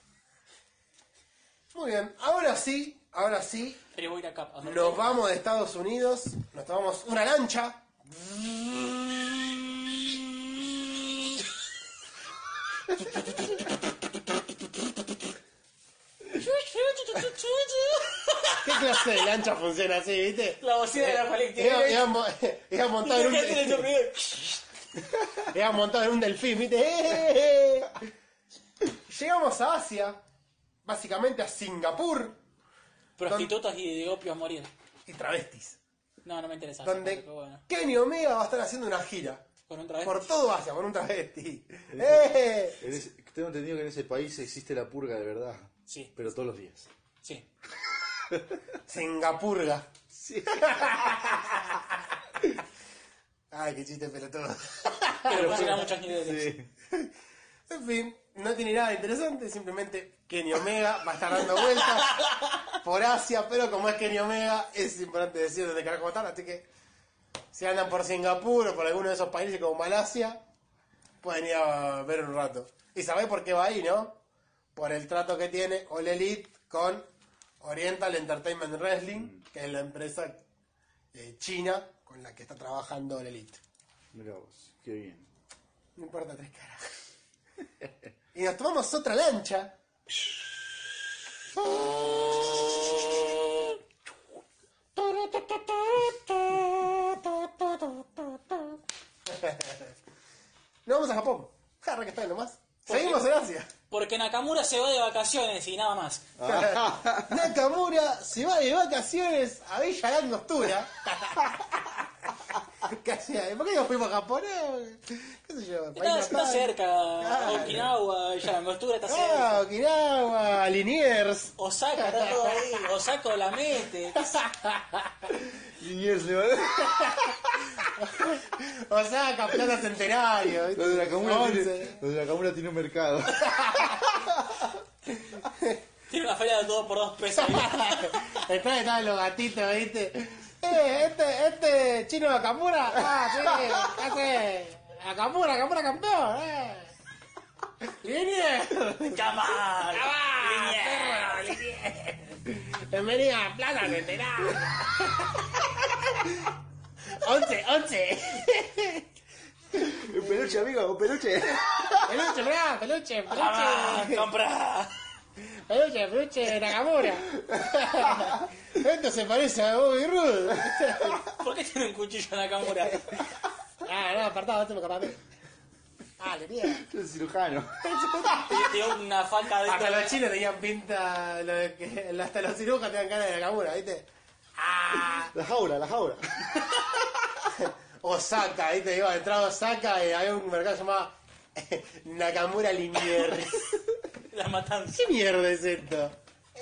Muy bien, ahora sí, ahora sí, Pero voy a ir a Cap. a ver. nos vamos de Estados Unidos, nos tomamos una lancha. ¿Qué clase de lancha funciona así, viste? La bocina de la Iba, colectividad. iba mo- iba montado en un, iba montado en un delfín, viste. Eh, eh, eh. Llegamos a Asia, básicamente a Singapur Prostitutas y opios a morir. y travestis. No, no me interesa. Donde Ah, pero bueno. ¿Eh? Kenny Omega va a estar haciendo una gira. Con un travesti. Por todo Asia, con un travesti. ¡Eh! En ese- tengo entendido que en ese país existe la purga de verdad. Sí. Pero todos los días. Sí. Singapurga. Sí. Ay, qué chiste pelotudo. Pero pusieron muchos niveles. Sí. En fin, no tiene nada de interesante, simplemente Kenny Omega va a estar dando vueltas por Asia, pero como es Kenny Omega, es importante decir dónde carajo va a estar, así que si andan por Singapur o por alguno de esos países como Malasia, pueden ir a ver un rato. Y sabés por qué va ahí, ¿no? Por el trato que tiene All Elite con Oriental Entertainment Wrestling, que es la empresa eh, china con la que está trabajando All Elite. Mirá vos, qué bien. No importa tres caras. Y nos tomamos otra lancha. Nos vamos a Japón. Jarra que está nomás. Seguimos en Asia. Porque Nakamura se va de vacaciones y nada más. Nakamura se va de vacaciones a Villa Gran Nostura. ¿Qué hacía? ¿Por qué no fuimos a Japón? Eh, ¿Qué sé yo? Está, país está natal. cerca. Claro. Okinawa, ya la costura está cerca. Ah, Okinawa, Liniers. Osaka está todo ahí. Osaka la mete. Liniers le va a Osaka, Plaza Centenario. ¿viste? Los de la Camura Once. tiene, los de la Camura tiene un mercado. Tiene una feria de todo por dos pesos. Después estaban los gatitos, ¿viste? Eh, este, este chino de Akamura. Ah, sí, hace. Akamura, Akamura campeón. Eh. Liniers. ¡Camar! ¡Camar! Liniers. Bienvenida a Plaza Centenario. Once, once. Un peluche, amigo, un peluche. Peluche, mirá, peluche, Ah. peluche. ¡Camar! ¡Comprá! Peluche, peluche de Nakamura. Esto se parece a Bobby Roode. ¿Por qué tiene un cuchillo Nakamura? Ah, no, apartado, este me corta a mí. Dale, mierda. Es cirujano. Tiene una faca de Hasta los chinos tenían pinta, lo de que- hasta los cirujanos tenían cara de Nakamura, ¿viste? Ah, La jaula, la jaula. Osaka, ¿viste? Iba detrás de Osaka y había un mercado llamado Nakamura Liniers. la matanza. ¿Qué mierda es esto?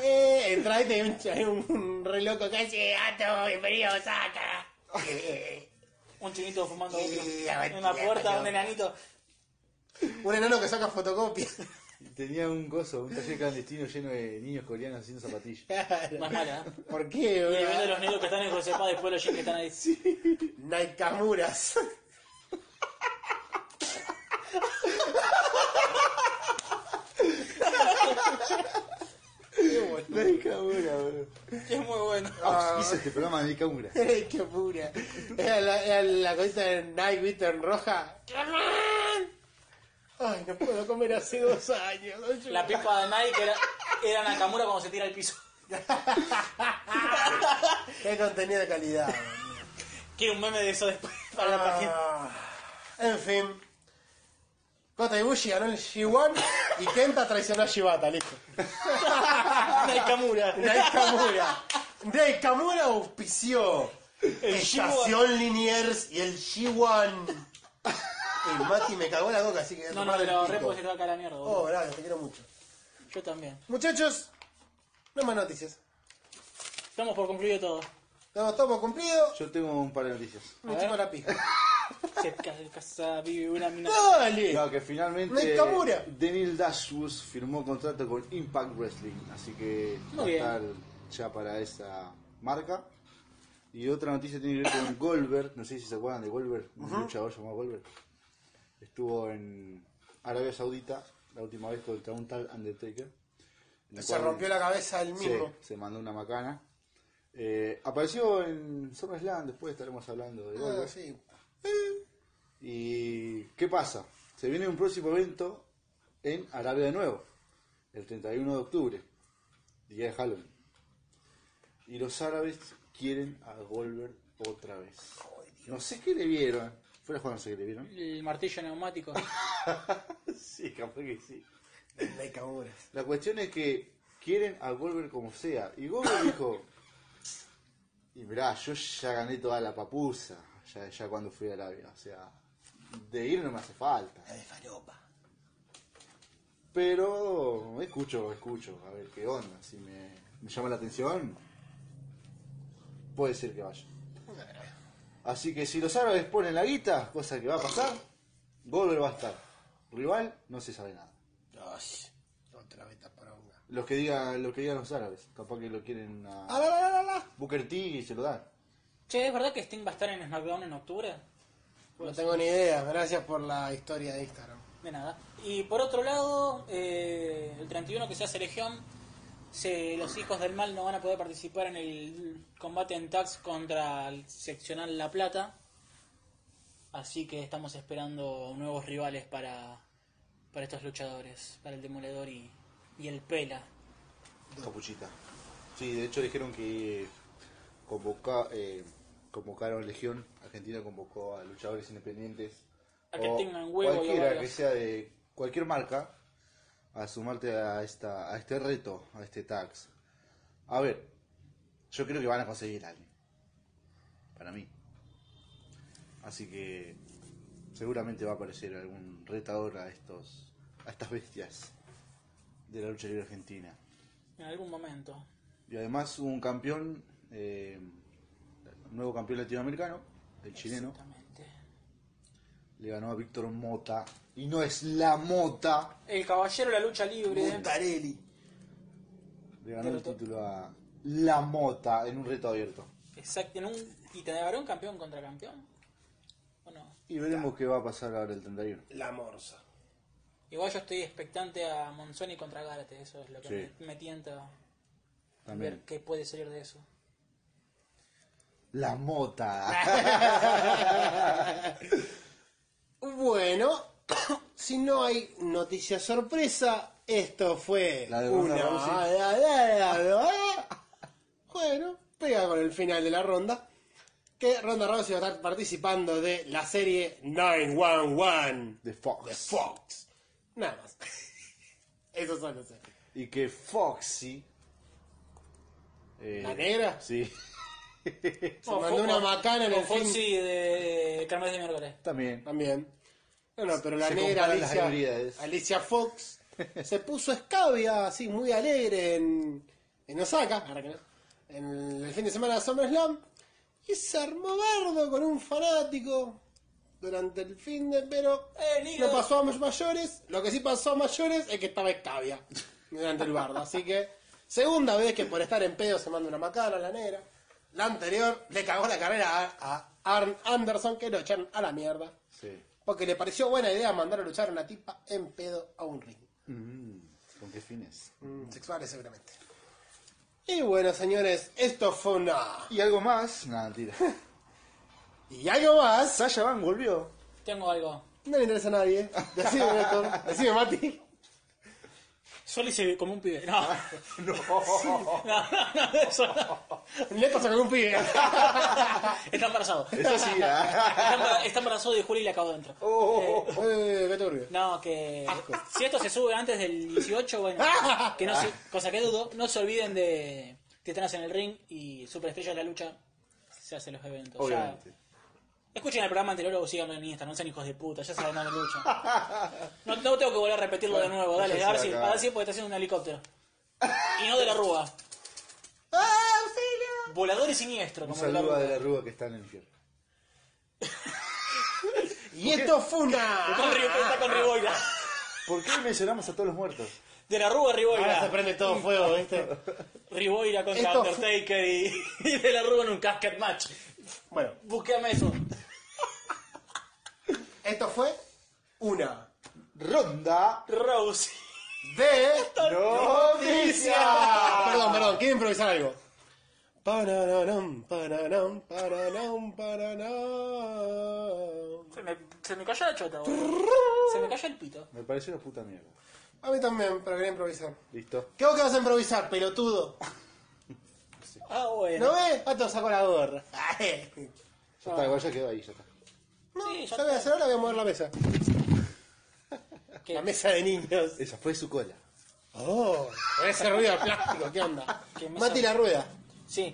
Eh, entra y te un, hay un, un re loco que dice, gato, bienvenido a Osaka. Eh, Un chinito fumando Sí, en la una puerta, batida, un enanito. un enano que saca fotocopias. Tenía un gozo, un taller clandestino lleno de niños coreanos haciendo zapatillas. Más mala, ¿eh? ¿Por qué, Y vende boludo? los negros que están en Josepa después los jeans que están ahí. Naikamuras. La Camura, bro. Que es muy bueno. Hice este programa de Camura. ¡Qué pura! Era la, era la cosita de Nike, viste, en roja. ¡Ay, no puedo comer hace dos años! La pipa de Nike era, era Nakamura cuando se tira al piso. ¡Qué contenido de calidad! Quiero un meme de eso después para la página. Ah, en fin. Kota Ibushi ganó el G1 y Kenta traicionó a Shibata, listo. Nakamura. Naikamura. Naikamura auspició El Estación Liniers y el G1. Y Mati me cagó la boca, así que voy a No, no, tomar me el lo pico. ahorré porque se te va a caer la mierda. boludo. Oh, gracias, te quiero mucho. Yo también. Muchachos, no más noticias. Estamos por concluir todo. Estamos todos cumplido. Yo tengo un par de noticias. Me chupa la pija. Se ca- casa vive una mina. ¡Dale! No, que finalmente Nakamura. Daniel Dashwood firmó contrato con Impact Wrestling, así que va Muy a estar ya para esa marca. Y otra noticia tiene que ver con Goldberg, no sé si se acuerdan de Goldberg, un luchador llamado Goldberg. Estuvo en Arabia Saudita la última vez contra un tal Undertaker. en el Se cual- rompió la cabeza el Sí, Ah, mismo. se mandó una macana. Eh, apareció en SummerSlam, después estaremos hablando de Ah, Goldberg. sí. ¿Y qué pasa? Se viene un próximo evento en Arabia de nuevo, el 31 de octubre, día de Halloween. Y los árabes quieren a Goldberg otra vez. No sé qué le vieron. Fuera Juan, no sé qué le vieron. El martillo neumático. Sí, capaz que sí. Nakamura. La cuestión es que quieren a Goldberg como sea. Y Goldberg dijo: Y mirá, yo ya gané toda la papusa. Ya, ya cuando fui a Arabia. O sea, de ir no me hace falta. La de falopa. Pero escucho, escucho, a ver qué onda. Si me, me llama la atención, puede ser que vaya. Así que si los árabes ponen la guita, cosa que va a pasar, Goldberg va a estar. Rival, no se sabe nada. Ay, otra vez para una. Los que digan, los que digan los árabes, capaz que lo quieren a ¡Ah, la, la, la, la, la! Booker T y se lo dan. Che, ¿es verdad que Sting va a estar en SmackDown en octubre? No tengo ni idea, gracias por la historia de Instagram. De nada. Y por otro lado, eh, el 31 que se hace Legión, se, los hijos del mal no van a poder participar en el combate en tax contra el seccional La Plata. Así que estamos esperando nuevos rivales para, para estos luchadores, para el Demoledor y, y el Pela. Capuchita. Sí, de hecho dijeron que convoca, eh, convocaron Legión, Argentina convocó a luchadores independientes que o tengan huevo y cualquiera que ovarios. sea de cualquier marca a sumarte a esta a este reto a este tax a ver yo creo que van a conseguir algo para mí así que seguramente va a aparecer algún retador a estos a estas bestias de la lucha libre argentina En algún momento. y además hubo un campeón eh, nuevo campeón latinoamericano el chileno Exactamente. le ganó a Víctor Mota. Y no es la Mota. El caballero de la lucha libre. Montarelli. Le ganó el Derrotó. título a La Mota en un reto abierto. Exacto. en un- ¿Y te dará un campeón contra campeón? ¿O no? Y veremos qué va a pasar ahora el 31. La morsa. Igual yo estoy expectante a Monzoni contra Gárate. Eso es lo que Sí. me, me tienta ver También. qué puede salir de eso. La Mota. Bueno, si no hay noticia sorpresa, esto fue La de una. Ronda Rousey. la- la- la- la- Bueno, pega con el final de la ronda. Que Ronda Rousey va a estar participando de la serie 911 De de Fox. Fox. Nada más. Eso solo sé. Y que Foxy. eh, ¿La negra? Sí. Se mandó una macana en el Foxy fin. de Carmen de miércoles. También. También. No, no, pero la Se negra comparan las Alicia, habilidades. Alicia Fox se puso escabia, así muy alegre en, en Osaka, ahora que no, en el fin de semana de SummerSlam, y se armó bardo con un fanático durante el fin de, pero Eh, Nico. no pasó a mayores, lo que sí pasó a mayores es que estaba escabia durante el bardo, así que segunda vez que por estar en pedo se manda una macana a la negra, la anterior le cagó la carrera a, a Arn Anderson que lo echaron a la mierda. Sí. Porque le pareció buena idea mandar a luchar a una tipa en pedo a un ring. Mm, ¿Con qué fines? Sexuales seguramente. Y bueno, señores, esto fue una... Y algo más. Nada, tira. Y algo más. Sasha Van volvió. Tengo algo. No le interesa a nadie. Decime, Néstor. Decime, Mati. Solo hice como un pibe. No, No. no, no, no, eso no. Néstor sacó un pibe. Está embarazado. Eso sí. ah. Está embara- Está embarazado y Juli le acabó dentro. Oh. Eh, qué turbio. No, que si esto se sube antes del 18, bueno, que no se- cosa que dudo, no se olviden de Titanes en el Ring y Superestrellas de la Lucha se hacen los eventos. Obviamente. Ya- escuchen el programa anterior o síganlo en Instagram, no sean hijos de puta, ya saben dónde lucha. No, no tengo que volver a repetirlo de nuevo, dale, ya se a ver va a si, acabar. a ver si porque está haciendo un helicóptero. Y no de la rúa. Volador y siniestro, Un como de la saludo a rúa. De la Rúa que está en el infierno. Y esto fue Con una... Ri- está con Riboira. ¿Por qué mencionamos a todos los muertos? De la rúa Ahora Ah, se Riboira. prende todo fuego, ¿viste? Riboira contra Esto fue- Undertaker y, y de la rúa en un casket match. Bueno, Busquéame eso. esto fue una Ronda Rose. de... Noticia. Perdón, perdón, quiero improvisar algo. Pararanam, pararanam, pararanam, pararanam. Se me, se me cayó la chota, boludo. Se me cayó el pito. Me pareció una puta mierda. A mí también, pero quería improvisar. Listo. ¿Qué vos que vas a improvisar, pelotudo? Ah, bueno. ¿No ves? Ah, te sacó la gorra. Ya está, igual ya quedó ahí, ya está. No, Sí, ya ya voy a hacer ahora, voy a mover la mesa. ¿Qué? La mesa de niños. Esa fue su cola. Oh, ese ruido de plástico, ¿qué onda? ¿Qué mesa? Mati la rueda, Sí.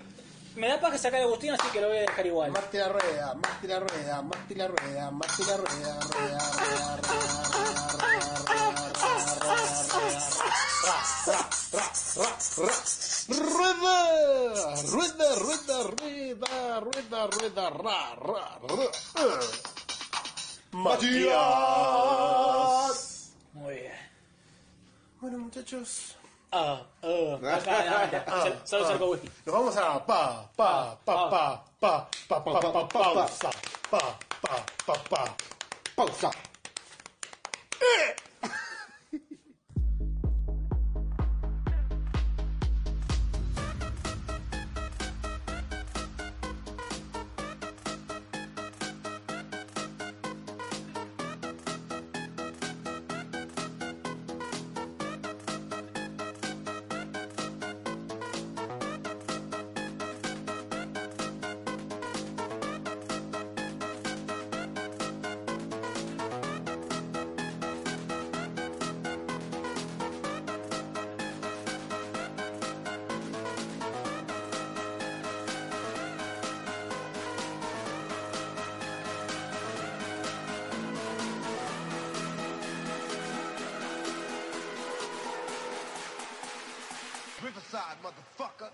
Me da paja sacar a Agustín, así que lo voy a dejar igual. Mati la rueda, Mati la rueda, Mati la rueda, Mati la rueda, rueda, rueda, rueda, rueda, rueda, Rueda, rueda, rueda, rueda, rueda, rueda, ra, ra, ra. Matías. Muy bien. Bueno, muchachos, Ah, ah. Acá, adelante. Sal- Saludos al Kowalski. nos vamos a pa, pa, pa, pa, pa, pa, pa, pa, pa, pausa, pa, pa, pa, pa. Pausa. Thank motherfucker.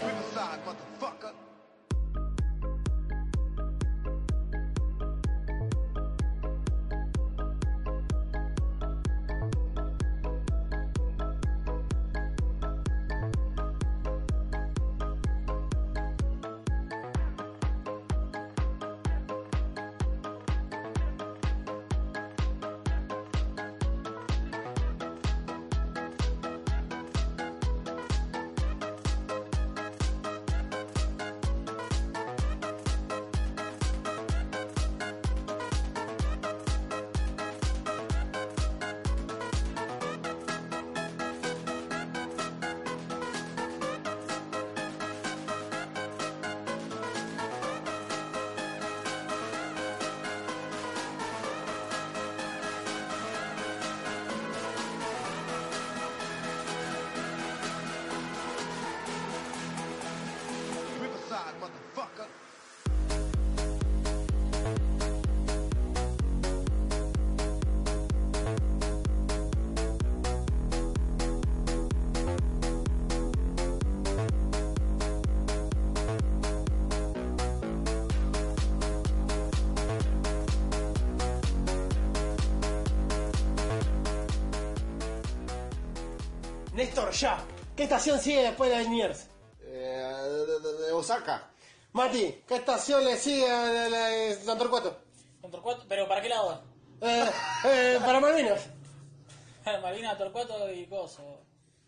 Riverside, motherfucker. Riverside, motherfucker. Néstor, ya. ¿Qué estación sigue después de Liniers? Eh, de, de- de Osaka. Mati, ¿qué estación le sigue a la- la- San Torcuato? Con Torcuato, pero ¿para qué lado? Eh, eh, para Malvinas. Malvina, Torcuato y Coso.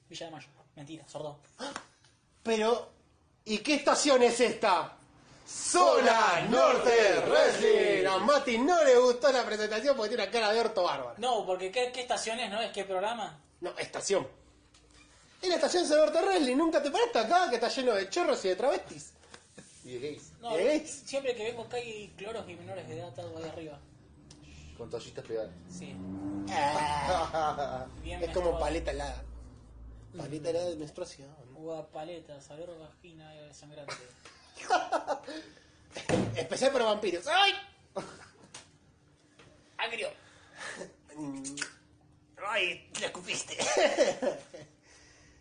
Villa de Mayo. Mentira, sordo. Pero, ¿y qué estación es esta? Zona Norte Wrestling. A Mati no le gustó la presentación porque tiene una cara de orto bárbara. No, porque ¿qué, qué estaciones no es? ¿Qué programa? No, estación. Es la estación Zona Norte Wrestling. Nunca te paraste acá que está lleno de chorros y de travestis. Y de gays. No, ¿Es? siempre que vengo acá hay cloros y menores de edad atados ahí arriba. Con toallitas pegadas. Sí. Ah, Bien es como menstruado. paleta helada. Paleta helada de menstruación. Uva paleta, sabor vagina eh, sangrante. Especial para vampiros. ¡Ay! Agrio. ¡Ay! ¡La escupiste!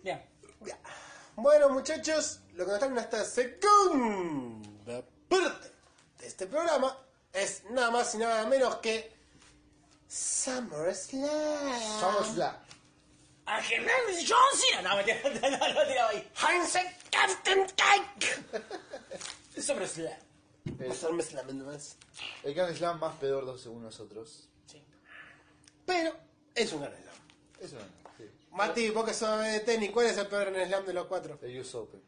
Bien. bueno, muchachos, lo que nos trae en esta segunda parte de este programa es nada más y nada menos que. SummerSlam. SummerSlam. Ángel Hermes John Cena. No, me tiraba, no, lo tiraba ahí. Hansen Captain Cake. Sobre Slam. El, SummerSlam nomás. el Grand Slam más pedordo según nosotros. Sí. Pero es un gran slam. Eso no, sí. Mati, vos que sos de tenis, ¿cuál es el peor en slam de los cuatro? El US Open.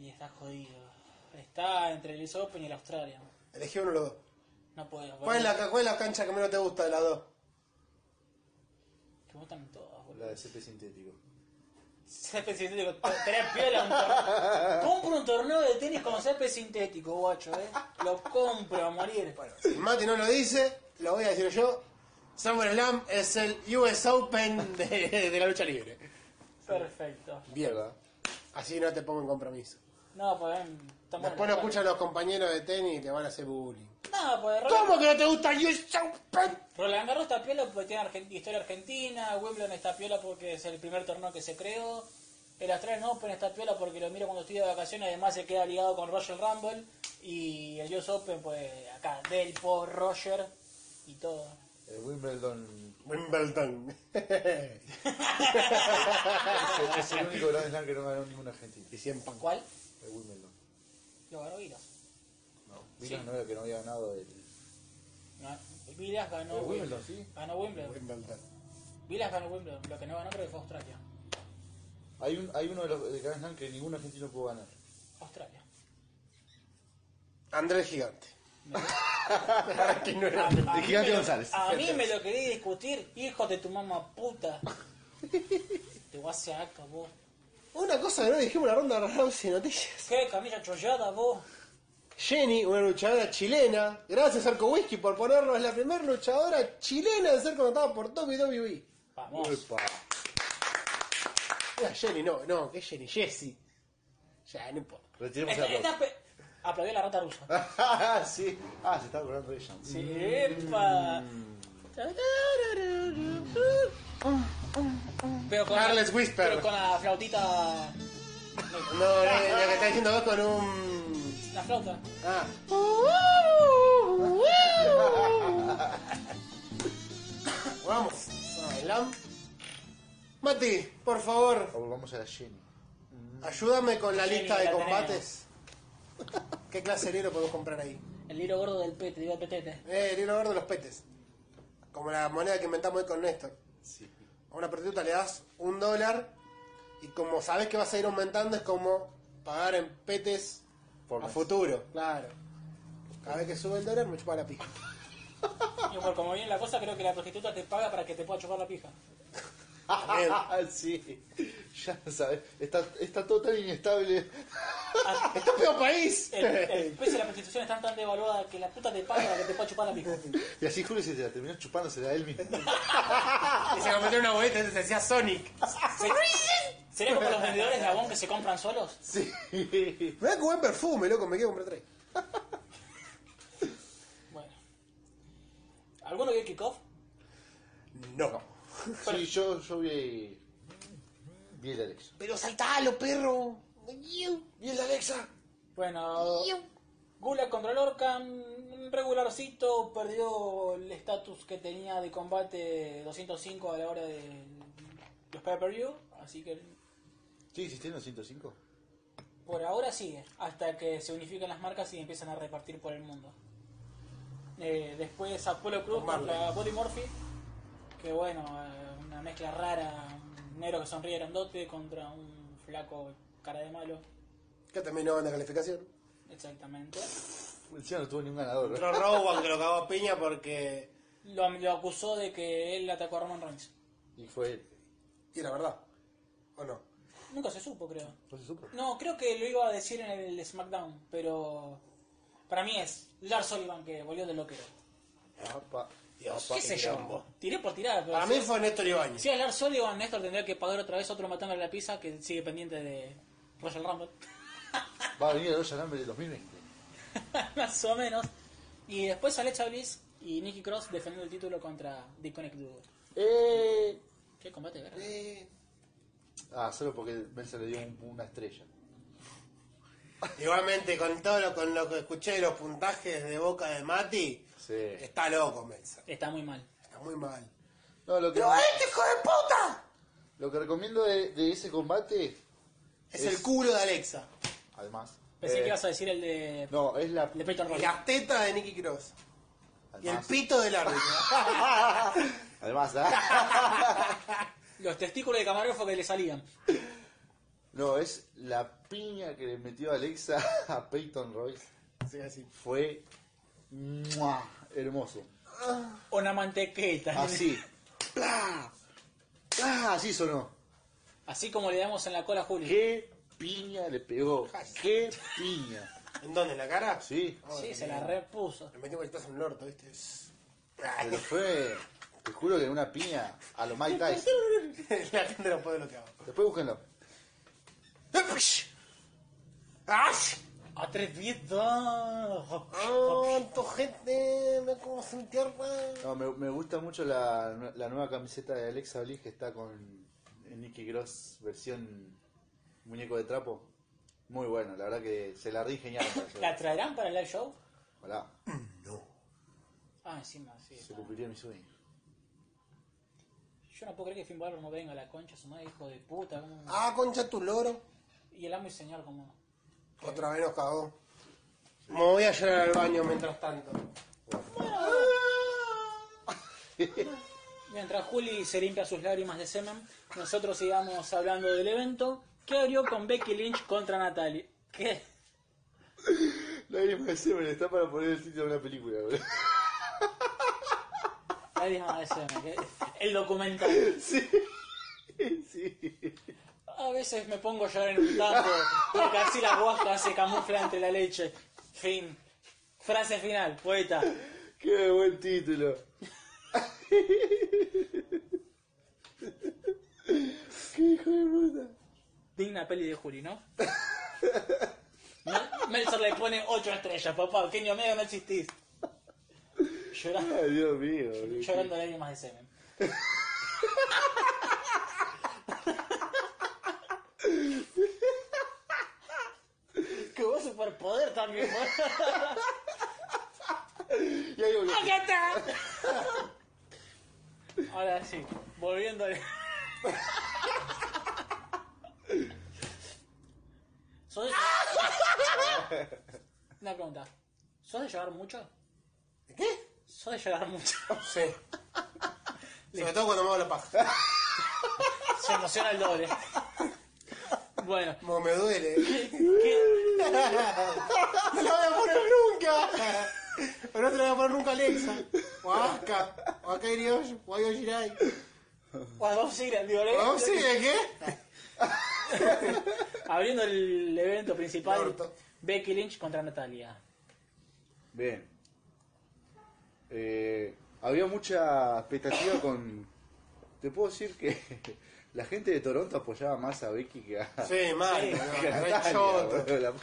Y está jodido. Está entre el US Open y el Australia. Elegí uno de los dos. No puedo. ¿Cuál es, boludo. la, ¿Cuál es la cancha que menos te gusta de las dos? Que votan todas, boludo. La de CP sintético. Césped sintético. Tenés piola un torneo. Compro un torneo de tenis con césped sintético, guacho, eh. Lo compro a morir. Si Mati no lo dice, lo voy a decir yo. SummerSlam es el US Open de, de la lucha libre. Perfecto. Bien. ¿Verdad? Así no te pongo en compromiso. No, pues ven, estamos Después no en el- escuchan los compañeros de tenis y te van a hacer bullying. No, pues Roland, ¿Cómo que no te gusta el US Open? Roland Garros está piola porque tiene argen- historia argentina. Wimbledon está piola porque es el primer torneo que se creó. El Australian Open está piola porque lo miro cuando estoy de vacaciones. Además, se queda ligado con Roger Rumble. Y el US Open, pues acá, Del, Paul, Roger y todo. El Wimbledon Wimbledon. es, es el único Grand Slam que no ganó ningún argentino. y 100 pan. ¿Cuál? El Wimbledon. Lo ganó Vilas. No. Vilas no era el que no había ganado el. No, Vilas ganó el Wimbledon. Wimbledon, sí. Ganó Wimbledon. Wimbledon. Vilas ganó Wimbledon. Lo que no ganó creo que fue Australia. Hay, un, hay uno de los de Grand Slam que ningún argentino pudo ganar. Australia. Andrés Gigante. que no era. A, a De mí me Gigante lo- González. A mí me lo quería discutir, hijo de tu mamá puta. Te voy a hacer acá, vos. Una cosa que no dijimos la ronda de rounds y noticias. ¿Qué? Camilla chollada, vos. Jenny, una luchadora chilena. Gracias, Arco Whisky, por ponernos la primera luchadora chilena de ser contratada por E. WWE. Vamos. Era Jenny, no, no, que es Jenny, Jessie. Ya, no importa. Retiremos Esta- el esta pe- Aplaudió a la rata rusa. aplauso. sí. Ah, se estaba acordando de ella. Sí, epa. Pero con Carles la, Whisper. Pero con la flautita. No, la, la que está diciendo vos con un. La flauta. Ah. Vamos. Bailam. Mati, por favor, O Ah, volvamos a la Jenny. ayúdame con la Sí, lista de la combates. ¿Qué clase de libro podemos comprar ahí? El hilo gordo del pete, digo el petete. Eh, el libro verde de los petes. Como la moneda que inventamos hoy con Néstor. Sí. A una prostituta le das un dólar y como sabes que vas a ir aumentando es como pagar en petes Por a mes. futuro. Claro. Cada vez que sube el dólar me chupa la pija. Y por como viene la cosa, creo que la prostituta te paga para que te pueda chupar la pija. sí. Ya sabes. Está, está todo tan inestable. ¡Está peor país! El, el precio de la prostitución está tan devaluada que la puta te paga para que te pueda chupar la pija. Y así Julio se la terminó chupándosela a él mismo. Y se convirtió en una boleta y se decía Sonic. Se- ¿Sería como los vendedores de abón que se compran solos? Sí. Mirá qué buen perfume, loco, me quiero comprar tres. Bueno. ¿Alguno vio el kickoff? No. Sí, yo, yo vi. Vi el Alexa. Pero saltalo, perro. Y el de Alexa. Bueno, Gula contra Lorca, mm, regularcito, perdió el estatus que tenía de combate 205 a la hora de los pay-per-view, así que ¿Sigue existiendo 105? por ahora sigue, hasta que se unifiquen las marcas y empiezan a repartir por el mundo. Eh, después Apolo Cruz contra Body Murphy, que bueno, eh, una mezcla rara, un negro que sonríe grandote contra un flaco cara de malo, Que también no anda calificación. exactamente. Encima no tuvo ningún ganador. ¿eh? Entró Rowan que lo cagó a piña porque. Lo, lo acusó de que él atacó a Roman Reigns. Y fue él. Y la verdad. ¿O no? Nunca se supo, creo. No se supo. No, creo que lo iba a decir en el SmackDown, pero para mí es Lars Sullivan que volvió del loquero. Apa. Dios, ¿Qué sé yo? Tiré por tirar. pero Para si mí es- fue Néstor Ibáñez. Si es Lars Sullivan, Néstor tendría que pagar otra vez otro matando a la pizza que sigue pendiente de Royal Rumble. Va a venir el Royal Rumble del 2020. Más o menos. Y después Alexa Bliss y Nikki Cross defendiendo el título contra The Connect Duo. Eh. Qué combate, ¿verdad? Eh. Ah, solo porque Melzer le dio un- una estrella. Igualmente, con todo lo, con lo que escuché de los puntajes de boca de Mati, Sí. está loco, Mensa. Está muy mal. Está muy mal. No, lo que, ¡Pero este hijo de puta! lo que recomiendo de, de ese combate, Es, Es- el culo de Alexa. además. Pensé eh, que ibas a decir el de, No, es la. el de Peyton Y Royce. las tetas de Nicky Cross. Y el Además, pito del árbitro. además, ah. Los testículos de camarógrafo que le salían. No, es la piña que le metió Alexa a Peyton Royce. Sí, así. Fue. ¡mua! Hermoso. O una mantequeta. Así. ¡Pla! ¡Pla! Así sonó. Así como le damos en la cola a Julio. ¡Qué piña le pegó! ¡Qué piña! ¿En dónde? ¿En la cara? Sí. Sí, se la repuso. Le metimos el tazo en el orto, ¿viste? Es- Pero fue. Te juro que una piña a lo Mike Tyson. la gente no puede bloquear. Después búsquenlo. ¡Ash! Atrevido. Oh. Ah, ¡Cuánto gente! ¡Me como se entierra! No, me, me gusta mucho la, la nueva camiseta de Alexa Bliss que está con Nicky Gross versión muñeco de trapo. Muy bueno, la verdad que se la genial ¿La traerán para el live show? Ojalá, Ah, encima, sí. se cumpliría mi sueño. Yo no puedo creer que Finn Balor no venga a la concha, su madre, hijo de puta. ¿cómo? Ah, concha tu loro. Y el amo y señor, como. Otra vez nos cagó. Me voy a llorar al baño mientras tanto. Mientras Juli se limpia sus lágrimas de semen, nosotros sigamos hablando del evento que abrió con Becky Lynch contra Natalia. ¿Qué? Lágrimas de semen está para poner el título de una película, boludo. Lágrimas de semen. ¿qué? El documental. Sí. Sí. A veces me pongo a llorar en un campo porque así la guasca se camufla ante la leche. Fin. Frase final, poeta. Qué buen título. Qué hijo de puta. Digna peli de Juli, ¿no? Mel- Meltzer le pone 8 estrellas, papá. Kenny Omega no existís. Llorando, Ay, Dios mío. boludo. llorando lágrimas de semen. que vos superpoder también, boludo. Y ahí volvió. ¡Acá está! Ahora sí, volviendo al... ¿Sos de... Una pregunta. ¿Sos de llorar mucho? ¿De qué? ¿Sos de llorar mucho? Sí. Sobre todo cuando me hago la paja. Se emociona el doble. Bueno, Como me duele. ¿qué? ¡No la voy a poner nunca! Pero no te la voy a poner nunca Alexa. O a Aska. O a Kairi O a Yoshirai. Bueno, vamos a seguir, digo, le- ¿Vamos sí, de qué? abriendo el evento principal. Orto. Becky Lynch contra Natalia. Bien. Eh, había mucha expectativa con. Te puedo decir que la gente de Toronto apoyaba más a Becky que a. Sí, mal. Sí. no, que a re Natalia, choto. boludo, la-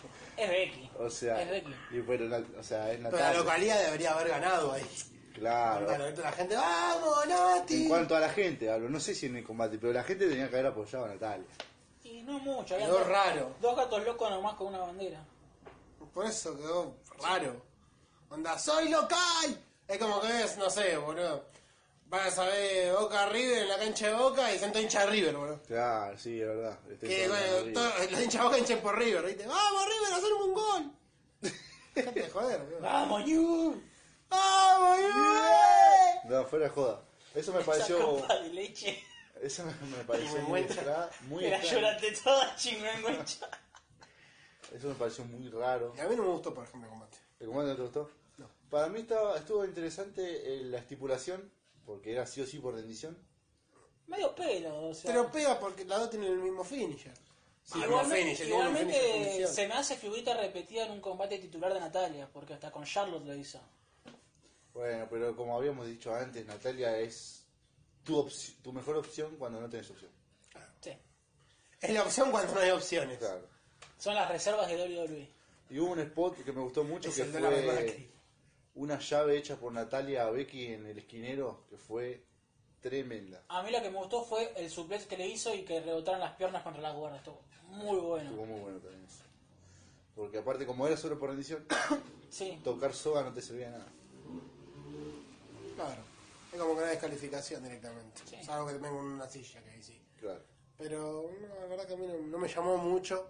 Es Becky. o sea, Es Becky. y bueno, la- o sea, es Pero la Natalia. localidad debería haber ganado ahí. Claro. Claro, la gente, ¡vamos, Nati! En cuanto a la gente, hablo, no sé si en el combate, pero la gente tenía que haber apoyado a Natalia. Y no mucho. habían Quedó raro. Dos gatos locos nomás con una bandera. Por eso quedó raro. Onda, soy local. Es como que ves, no sé, boludo. Vas a ver Boca River en la cancha de Boca y son todos hinchas de River, boludo. Claro, sí, es verdad. Estoy Que todo bueno, arriba. todo- los hinchas de Boca hinchan por River, ¿viste? ¡Vamos, River, hacerme un gol! Gente, joder, boludo. ¡Vamos, New! ¡Vamos, River! No, fuera de joda. Eso me Esa pareció. copa de leche. Eso me, me pareció Me muy muestra- extra. Muy Era extraño. llorante toda chingüengüencha. Eso me pareció muy raro. Y a mí no me gustó, por ejemplo, el combate. ¿El comando no te gustó? No. Para mí estaba, estuvo interesante eh, la estipulación, porque era sí o sí por rendición. Medio pelo, o sea. Pero pega porque las dos tienen el mismo finisher. Sí, el mismo igualmente finisher, tienen un igualmente finisher condición. se me hace figurita repetida en un combate titular de Natalia, porque hasta con Charlotte lo hizo. Bueno, pero como habíamos dicho antes, Natalia es tu, opci- tu mejor opción cuando no tenés opción. Sí. Es la opción cuando no hay opciones. Claro. Son las reservas de E. WWE. Y hubo un spot que me gustó mucho, Es que el de la fue Macri. una llave hecha por Natalia a Becky en el esquinero, que fue tremenda. A mí lo que me gustó fue el suplex que le hizo y que rebotaron las piernas contra las guardas. Estuvo muy Estuvo bueno. muy bueno también eso. Porque aparte, como era solo por rendición, Sí. tocar soga no te servía de nada. Claro. Es como que una descalificación directamente. Sí. Salvo que tengo una silla que ahí sí. Claro. Pero no, la verdad que a mí no, no me llamó mucho.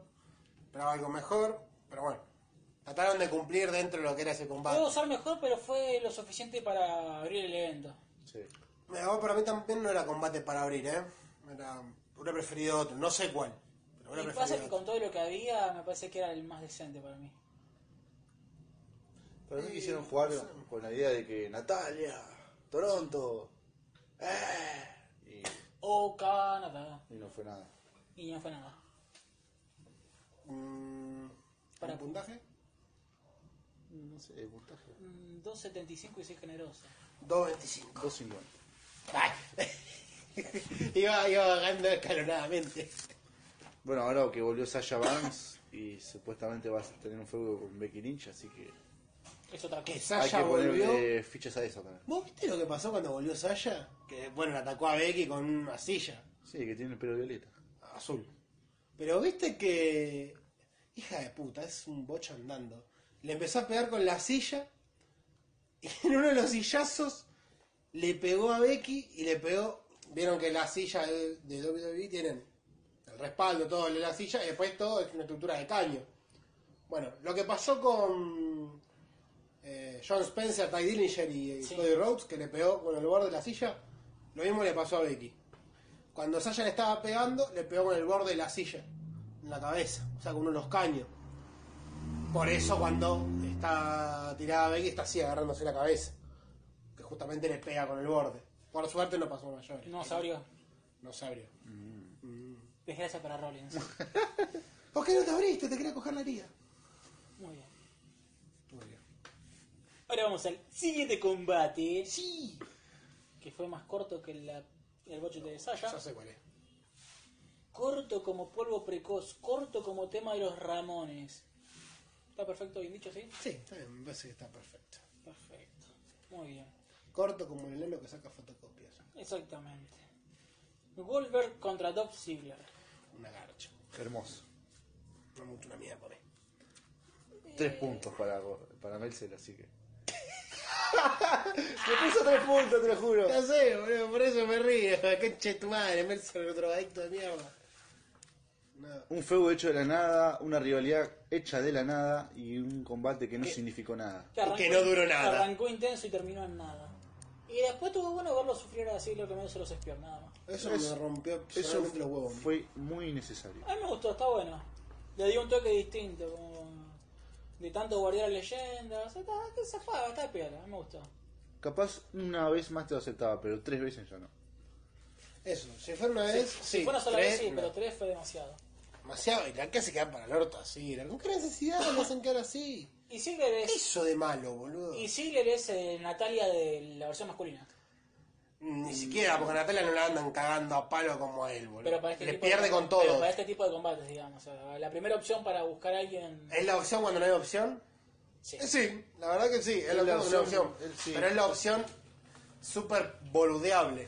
Esperaba algo mejor. Pero bueno. Trataron de cumplir dentro de lo que era ese Puedo combate. usar mejor, pero fue lo suficiente para abrir el evento. Sí. Me daba para mí también no era combate para abrir, ¿eh? Era, hubiera preferido otro. No sé cuál. Pero hubiera Y pasa preferido que otro. con todo lo que había, me parece que era el más decente para mí. Para mí quisieron jugar con la idea de que Natalia, Toronto, eh, O Canadá. y, y no fue nada. Y no fue nada. Mm, Para- ¿Un puntaje? No sé, puntaje. Mm, 2.75 y soy generoso. 2.25. 2.50. iba, iba bajando escalonadamente. Bueno, ahora que volvió Sasha Banks y supuestamente vas a tener un feudo con Becky Lynch, así que Es otra Que cosa. hay Sasha que ponerle volvió. fichas a eso también. ¿Vos viste lo que pasó cuando volvió Sasha? Que bueno, la atacó a Becky con una silla Sí, que tiene el pelo violeta. azul. Pero viste que. Hija de puta, es un bocho andando. Le empezó a pegar con la silla. Y en uno de los sillazos le pegó a Becky y le pegó Vieron que las sillas de, de WWE tienen el respaldo, todo de la silla, y después todo es una estructura de caño. Bueno, lo que pasó con eh, John Spencer, Ty Dillinger y eh, Sí. Cody Rhodes, que le pegó con el borde de la silla, lo mismo le pasó a Becky. Cuando Sasha le estaba pegando, le pegó con el borde de la silla, en la cabeza, o sea, con unos caños. Por eso cuando está tirada Becky está así agarrándose la cabeza, que justamente le pega con el borde. Por suerte no pasó mayor. No se abrió. No se abrió. Desgracia para Rollins. ¿Por qué no te abriste? Te quería coger la herida. Muy bien. Ahora vamos al siguiente combate. Sí. Que fue más corto que la- el boche de Sasha. Ya sé cuál es. Corto como polvo precoz. Corto como tema de los Ramones. ¿Está perfecto bien dicho, sí? Sí, está bien, me parece que está perfecto. Perfecto. Muy bien. Corto como el enano que saca fotocopias. Exactamente. Goldberg contra Dolph Ziggler. Una garcha. Hermoso. No mucho una mierda por ahí. Eh. Tres puntos para, para Melzer, así que. Me puso tres puntos, te lo juro. Ya sé, boludo, por eso me río. Conche tu madre, Mercer, el drogadicto de mierda. No. Un feudo hecho de la nada, una rivalidad hecha de la nada y un combate Eh. que no significó nada. que no duró nada. Arrancó intenso y terminó en nada. Y después tuvo bueno verlo sufrir así lo que menos se los espió, nada más. Eso me rompió Eso solamente los huevos. fue muy innecesario. A mí me gustó, está bueno. Le dio un toque distinto, como de tanto guardiar leyendas. Está, está zafado, está piola, a mí me gustó. Capaz una vez más te lo aceptaba, pero tres veces ya no. Eso, si fuera una vez. Sí, si fue una sola tres, vez, sí, no. pero tres fue demasiado. Demasiado, y la que se quedan para el orto así. ¿Con qué necesidad lo hacen quedar así? Y Ziggler es, Eso de malo, boludo. y Ziggler es eh, Natalia de la versión masculina. Ni siquiera, porque a Natalia no la andan cagando a palo como a él, boludo. Pero para este Le tipo pierde de, con pero todo. para este tipo de combates, digamos. O sea, la primera opción para buscar a alguien. ¿Es la opción cuando no hay opción? Sí. Eh, Sí, la verdad que sí, es la, opción, una opción. él sí. Pero es la opción súper boludeable.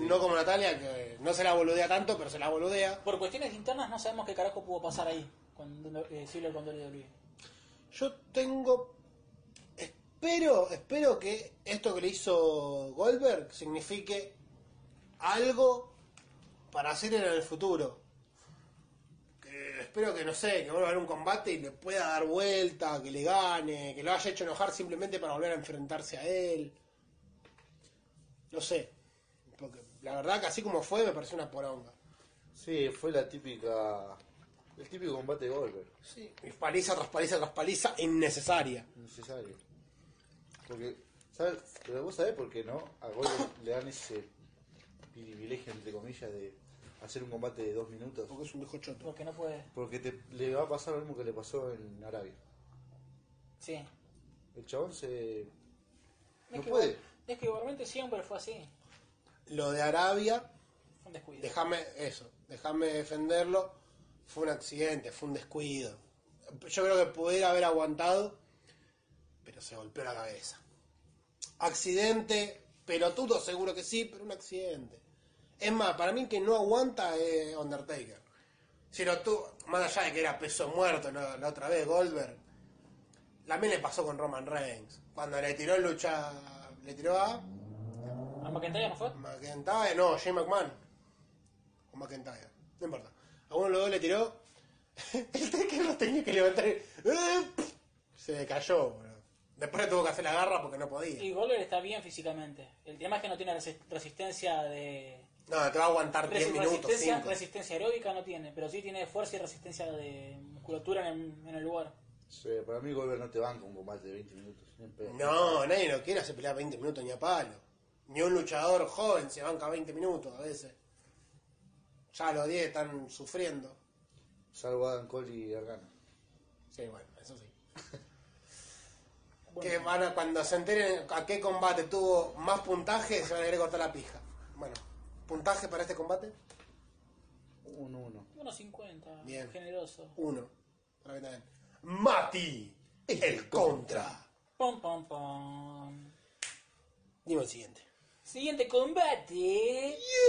No como Natalia, que no se la boludea tanto, pero se la boludea. Por cuestiones internas no sabemos qué carajo pudo pasar ahí con eh, Ziggler con WWE. Yo tengo. Espero, espero que esto que le hizo Goldberg signifique algo para hacer en el futuro. Que espero que, no sé, que vuelva a haber un combate y le pueda dar vuelta, que le gane, que lo haya hecho enojar simplemente para volver a enfrentarse a él. No sé. Porque la verdad que así como fue me pareció una poronga. Sí, fue la típica. El típico combate de Goldberg. Sí. Paliza tras paliza tras paliza innecesaria. Necesario. Porque, ¿sabes? Pero vos sabés por qué no. A Goldberg le dan ese privilegio, entre comillas, de hacer un combate de dos minutos. Porque es un viejo choto. Porque no puede. Porque te, le va a pasar lo mismo que le pasó en Arabia. Sí. El chabón se. No es, que puede. igual- es que igualmente siempre fue así. Lo de Arabia Fue un descuido. Déjame eso, déjame defenderlo. Fue un accidente, fue un descuido. Yo creo que pudiera haber aguantado, pero se golpeó la cabeza. Accidente, pelotudo seguro que sí, pero un accidente. Es más, para mí que no aguanta es Undertaker. Si lo tú, más allá de que era peso muerto ¿no? la otra vez, Goldberg, la mía le pasó con Roman Reigns. Cuando le tiró lucha, le tiró a ¿A McIntyre no fue? McIntyre, no, Jay McMahon. O McIntyre, no importa. A uno de los dos le tiró. el que lo tenía que levantar. y- ¡Eh! Se cayó, boludo. Después le tuvo que hacer la garra porque no podía. Y Goldberg está bien físicamente. El tema es que no tiene resi- resistencia de... No, te va a aguantar 10 resi- minutos, resistencia, 5. resistencia aeróbica no tiene, pero sí tiene fuerza y resistencia de musculatura en el, en el lugar. se- para mí, Goldberg no te banca un combate de 20 minutos. ni en pedo. No, nadie lo quiere hacer pelear 20 minutos ni a palo. Ni un luchador joven se banca 20 minutos a veces. Ya los 10 están sufriendo. Salvo Adam Cole y Argana. Sí, bueno, eso sí. Bueno, Que van a- cuando se enteren a qué combate tuvo más puntaje, se van a querer cortar la pija. Bueno, puntaje para este combate, Un 1. unos 50, Bien. generoso. uno. Para que también. Mati, el contra. Pom, pom, pom. Dime el siguiente. Siguiente combate.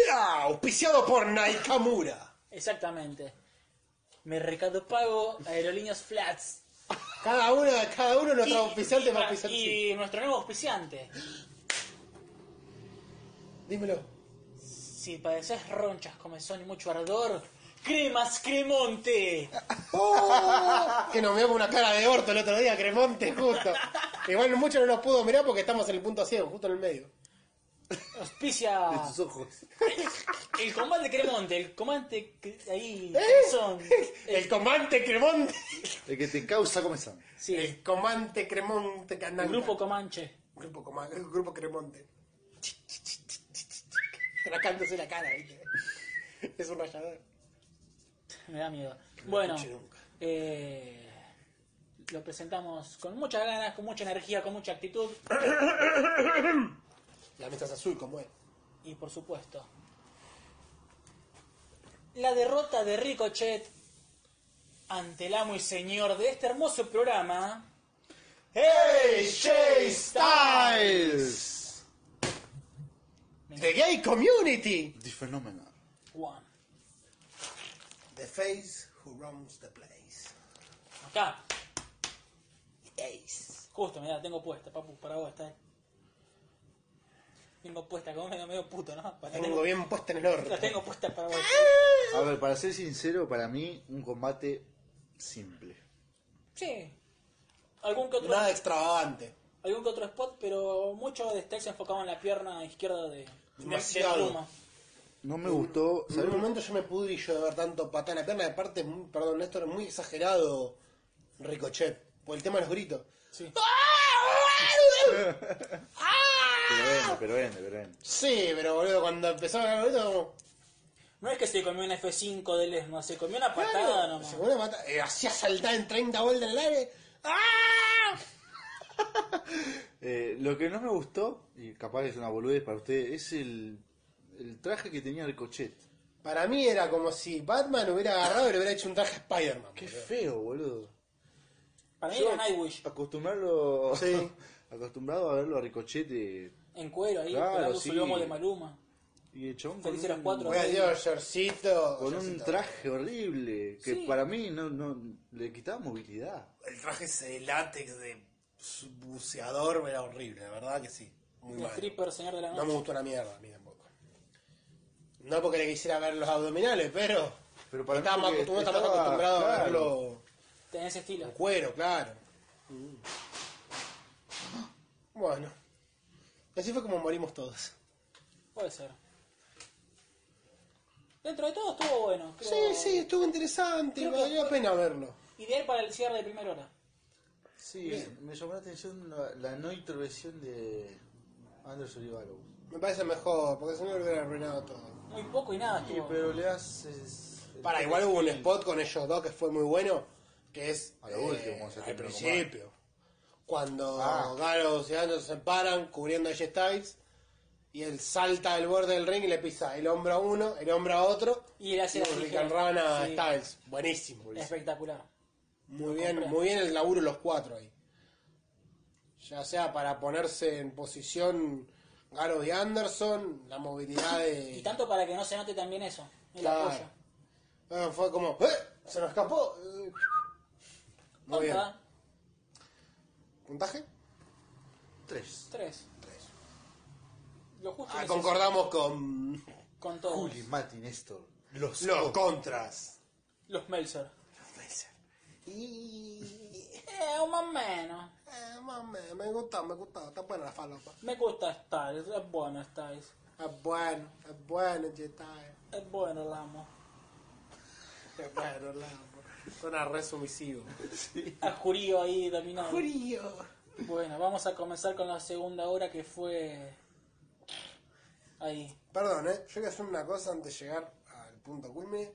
Yeah, auspiciado por Naikamura. Exactamente. Mercado Pago, Aerolíneas Flats. Cada uno, cada uno nuestro auspiciante va a y- auspiciar. sí. y nuestro nuevo auspiciante. Dímelo. Si padeces ronchas, comezón y mucho ardor, cremas cremonte. ¡Oh! Que nos miró con una cara de orto el otro día, Cremonte, justo. Igual mucho no nos pudo mirar porque estamos en el punto ciego, justo en el medio. Auspicia De tus ojos. el combate cremonte, el comandante cre- ahí. ¿Eh? Comezón. El comandante Cremonte. El que te causa comezón. Sí, el El comandante Cremonte Candanga. grupo Comanche. grupo, coma- grupo Cremonte. Tracándose la cara, ¿viste? Es un rayador. Me da miedo. Bueno, escuché nunca. eh, lo presentamos con muchas ganas, con mucha energía, con mucha actitud La mesa es azul como él. y por supuesto la derrota de Ricochet ante el amo y señor de este hermoso programa. AJ Styles! The Gay Community. The Phenomenal. One. The face who roams the place. Acá, Ace. justo, mirá, tengo puesta, papu, para vos está. ahí. Tengo puesta, como medio, medio puto, ¿no? Para- La tengo bien puesta en el orto. La tengo puesta para vos. A ver, para ser sincero, para mí, un combate simple. Sí. Algún que otro Nada extravagante. algún que otro spot, pero mucho de Stax enfocado en la pierna izquierda de, Demasiado. de Pluma. No me gustó. En ¿sabes? un momento yo me pudrí yo de ver tanto patada en la pierna. Aparte, muy- perdón, esto era muy exagerado, Ricochet. Por el tema de los gritos. Sí. Pero vende, pero vende, pero vende. Sí, pero boludo, cuando empezó a ganar los gritos, como. No es que se comió una F5 de Lesma, se comió una patada claro, nomás. se volvió a matar. Eh, hacía saltar en 30 vueltas en el aire. ¡Ah! Eh, lo que no me gustó, y capaz es una boludez para ustedes, es el, el traje que tenía el cochet. Para mí era como si Batman hubiera agarrado y le hubiera hecho un traje a Spider-Man. Qué boludo. feo, boludo. Para mí Yo, era Nightwish, Acostumbrarlo, Sí. acostumbrado a verlo a Ricochet eh, en cuero ahí, Claro, esperando su sí. lomo de Maluma. y el chabón Felices los un- cuatro. Bueno, Dios, Yorcito. con un traje horrible que Sí. para mí no, no le quitaba movilidad. El traje ese de látex de su- buceador era horrible, la verdad que sí. Muy Un mal. stripper, señor de la No noche. me gustó una mierda a mí tampoco. No porque le quisiera ver los abdominales, pero. Pero para estaba mí más, porque uno está más estaba- acostumbrado a claro. verlo Tenés estilo. en cuero, claro. Bueno. Así fue como morimos todos. Puede ser. Dentro de todo estuvo bueno. Sí, creo- sí, estuvo interesante, Creo que- valió la pena verlo. Ideal para el cierre de primera hora. Sí, eh, me llamó la atención la, la no intervención de Anderson Ibalo. Me parece mejor, porque si no lo hubiera arruinado todo. Muy poco y nada Sí, estuvo. pero le haces. Para, igual hubo un spot con ellos dos que fue muy bueno, que es eh, A lo último, cuando se al terminó el principio. Cuando Ah. Garo y Anderson se paran cubriendo a AJ Styles y él salta del borde del ring y le pisa el hombro a uno, el hombro a otro Y él hace un la Rick tijera. and Run a Sí. Styles. Buenísimo. Espectacular. Muy bien, muy bien el laburo los cuatro ahí. Ya sea para ponerse en posición Garo y Anderson, la movilidad de... Y tanto para que no se note también eso. El Claro. apoyo. Ah, fue como, ¡eh! Se nos escapó. Eh, Muy bien. Conta, ¿Puntaje? Tres. Tres. Lo justo Ah, y necesario. concordamos con con todo. Juli, Mati, Néstor. Los. los contras. Los Melzer. Y... Eh, un más o menos. eh, mame, me gustó, me gustó. Está buena la falopa. Me gusta Styles, es bueno Styles. Es Ah, bueno, es bueno, Jedi. Es Eh, bueno el amo. Es eh. bueno, la amo. Suena re sumisivo. A Jurío ahí dominado. Frío. Bueno, vamos a comenzar con la segunda hora que fue. Ahí. Perdón, ¿eh? Yo quiero hacer una cosa antes de llegar al punto culmine.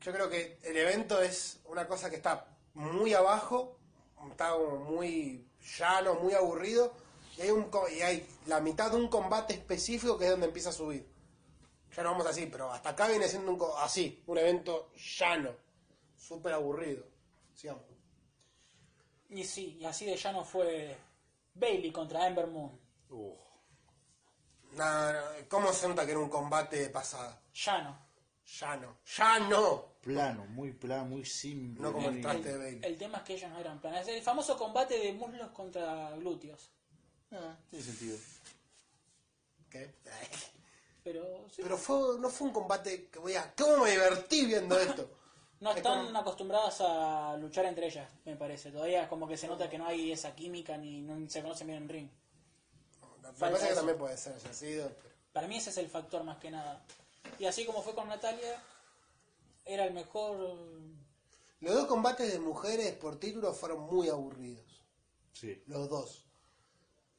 Yo creo que el evento es una cosa que está muy abajo, está como muy llano, muy aburrido, y hay, un, co- y hay la mitad de un combate específico que es donde empieza a subir. Ya no vamos así, pero hasta acá viene siendo un co- así, un evento llano, súper aburrido. Sigamos. Y sí, y así de llano fue. Bailey contra Ember Moon. Uh, Nada, nada, ¿Cómo se nota que era un combate de pasada? Llano. Llano, llano, plano, muy plano, muy simple. no como el muy- traste de Bailey. El tema es que ellos no eran planes. El famoso combate de muslos contra glúteos. Ah, tiene sentido. ¿Qué? Pero sí. Pero fue, no fue un combate que voy a. ¿Cómo me divertí viendo esto? no es están como- acostumbradas a luchar entre ellas, me parece. Todavía como que se nota que no hay esa química ni no se conocen bien en ring. Me Falta parece que eso. también puede ser haya sido, pero. Para mí ese es el factor más que nada. Y así como fue con Natalia, era el mejor... eh, Los dos combates de mujeres por título fueron muy aburridos. Sí. Los dos.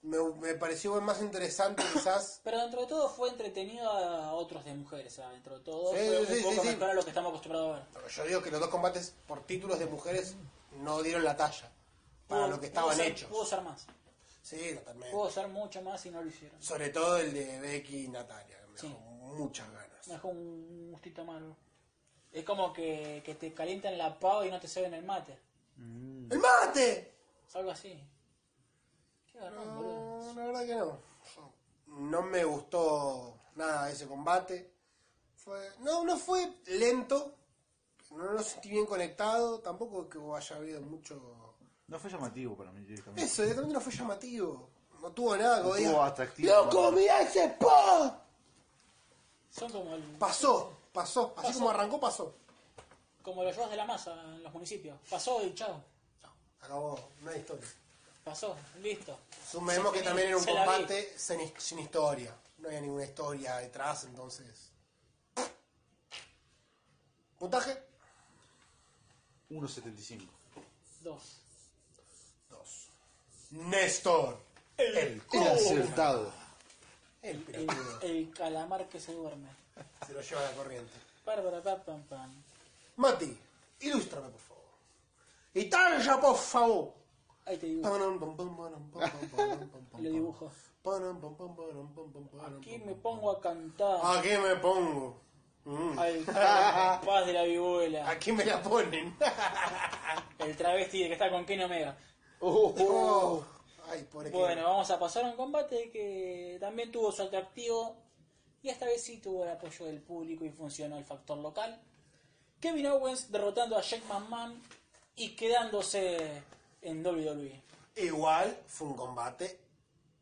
Me, me pareció más interesante quizás Pero dentro de todo fue entretenido a otros de mujeres, ¿sabes? Dentro de todo Sí, fue sí, un poco sí, sí. mejor a lo que estamos acostumbrados a ver. Pero yo digo que los dos combates por títulos de mujeres no dieron la talla para Pudo- lo que estaban pudo ser- hechos. Pudo ser más. Sí, totalmente. Pudo ser mucho más y no lo hicieron. Sobre todo el de Becky y Natalia, que me Sí. dejó muchas ganas. Me dejó un gustito malo. Es como que, que te calientan la pava y no te sirven el mate. ¡El mate! Algo así. Qué Ah. garrón, boludo. No, Mm, la verdad que no. No me gustó nada ese combate. Fue, no, no fue lento. No lo sentí bien conectado. Tampoco que haya habido mucho. No fue llamativo para mí directamente. Eso, directamente no fue llamativo. No tuvo nada que No diga, tuvo atractivo. ¡Loco, mirá ese spot! Son como, el, Pasó, pasó, así como arrancó, pasó. como los shows de la masa en los municipios. Pasó y chao. Acabó, no hay historia. Pasó, listo. Sumemos que también era un Se la vi. combate sin, sin historia. No había ninguna historia detrás, entonces. Puntaje: 1.75. Oh. Dos. 2. Néstor. El, El acertado. El El, pelotudo. el calamar que se duerme. Se lo lleva la corriente. Bárbara, pam, pam, pam. Mati, ilústrame, por favor. Italia, por favor. Ahí te dibujo. Lo Lo dibujo. Aquí me pongo a cantar Aquí me pongo. Mm. al paz de la vihuela. Aquí me la ponen. El travesti que está con Ken Omega. Oh, Ay, pobre que- Bueno, vamos a pasar a un combate que también tuvo su atractivo y esta vez sí tuvo el apoyo del público y funcionó el factor local. Kevin Owens derrotando a Jack McMahon y quedándose en E. WWE. Igual fue un combate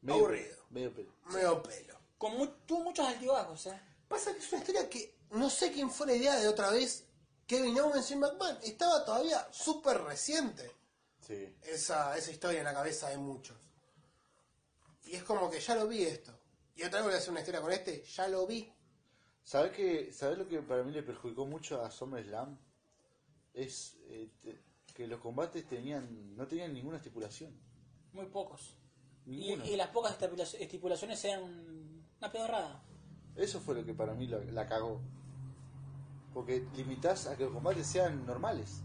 Medio- aburrido. Medio pelo. Medio pelo. Con mu- tuvo muchos altibajos, ¿eh? Pasa que es una historia que no sé quién fue la idea de otra vez Kevin Owens y McMahon. Estaba todavía súper reciente Sí. esa, esa historia en la cabeza de muchos. Y es como que ya lo vi esto. Y otra vez voy a hacer una historia con este, ya lo vi. ¿Sabes que, ¿Sabés lo que para mí le perjudicó mucho a SummerSlam? Es eh, te- que los combates tenían no tenían ninguna estipulación. Muy pocos. Y, Ninguna. y las pocas estipula- estipulaciones eran una pedorrada. Eso fue lo que para mí la, la cagó. Porque limitás a que los combates sean normales.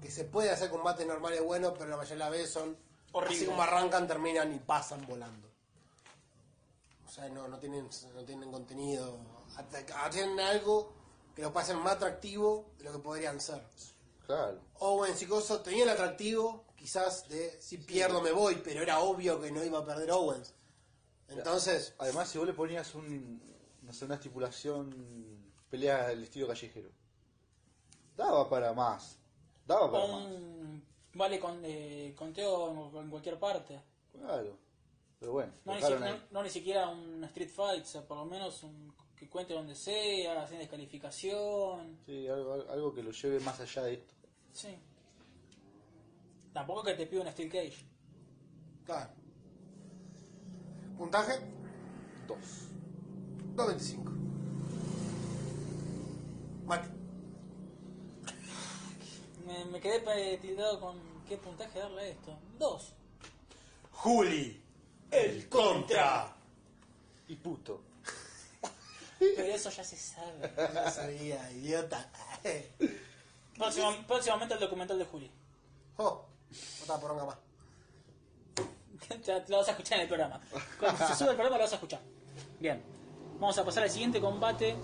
Que se puede hacer combates normales buenos, pero la mayoría de las veces son Horribles. así como arrancan, terminan y pasan volando. O sea, no, no tienen, no tienen contenido. Atra- Hacen algo que los pasen más atractivo de lo que podrían ser. Claro. Owens y Coso tenía el atractivo, quizás, de si pierdo me voy, pero era obvio que no iba a perder Owens. Entonces, Además, si vos le ponías un, no sé, una estipulación, peleas del estilo callejero, daba para más. Daba para más. Con- vale con eh, conteo en cualquier parte. Claro. Pero bueno, No ni, dejaron si- ahí. no- no ni siquiera un Street Fight, o sea, por lo menos un- que cuente donde sea, sin descalificación. Sí, algo, algo que lo lleve más allá de esto. Sí. Tampoco que te pida un Steel Cage. claro. Puntaje, Dos. 2.25. Mati, Me, me quedé pe- tildado con qué puntaje darle a esto. Dos. Juli, el contra. Y puto. Pero eso ya se sabe. Ya sabía, idiota. Próxima- próximamente el documental de Juli. Oh, otra poronga más. Ya lo vas a escuchar en el programa. Cuando se sube el programa lo vas a escuchar. Bien. Vamos a pasar al siguiente combate.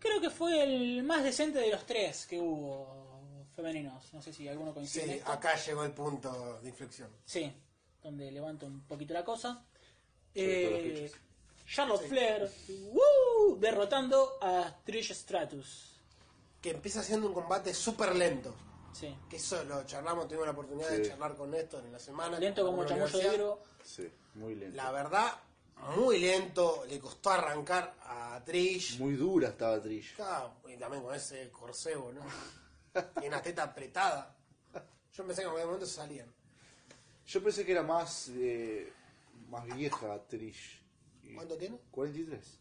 Creo que fue el más decente de los tres que hubo femeninos. No sé si alguno coincide. en Sí, ah. esto. acá llegó el punto de inflexión. Sí, donde levanto un poquito la cosa. Sobre todo las Eh, fichas. Charlotte Flair ¡woo! derrotando a Trish Stratus. Que empieza siendo un combate súper lento. Sí. Que eso lo charlamos, tuvimos la oportunidad de Sí. charlar con Néstor en la semana. Lento como la chamullo de universidad. Viro. Sí, muy lento. La verdad, muy lento, le costó arrancar a Trish. Muy dura estaba Trish. Ah, y también con ese corseo, ¿no? y una teta apretada. Yo pensé que en algún momento se salían. Yo pensé que era más, eh, más vieja Trish. Y- ¿Cuánto tiene? 43.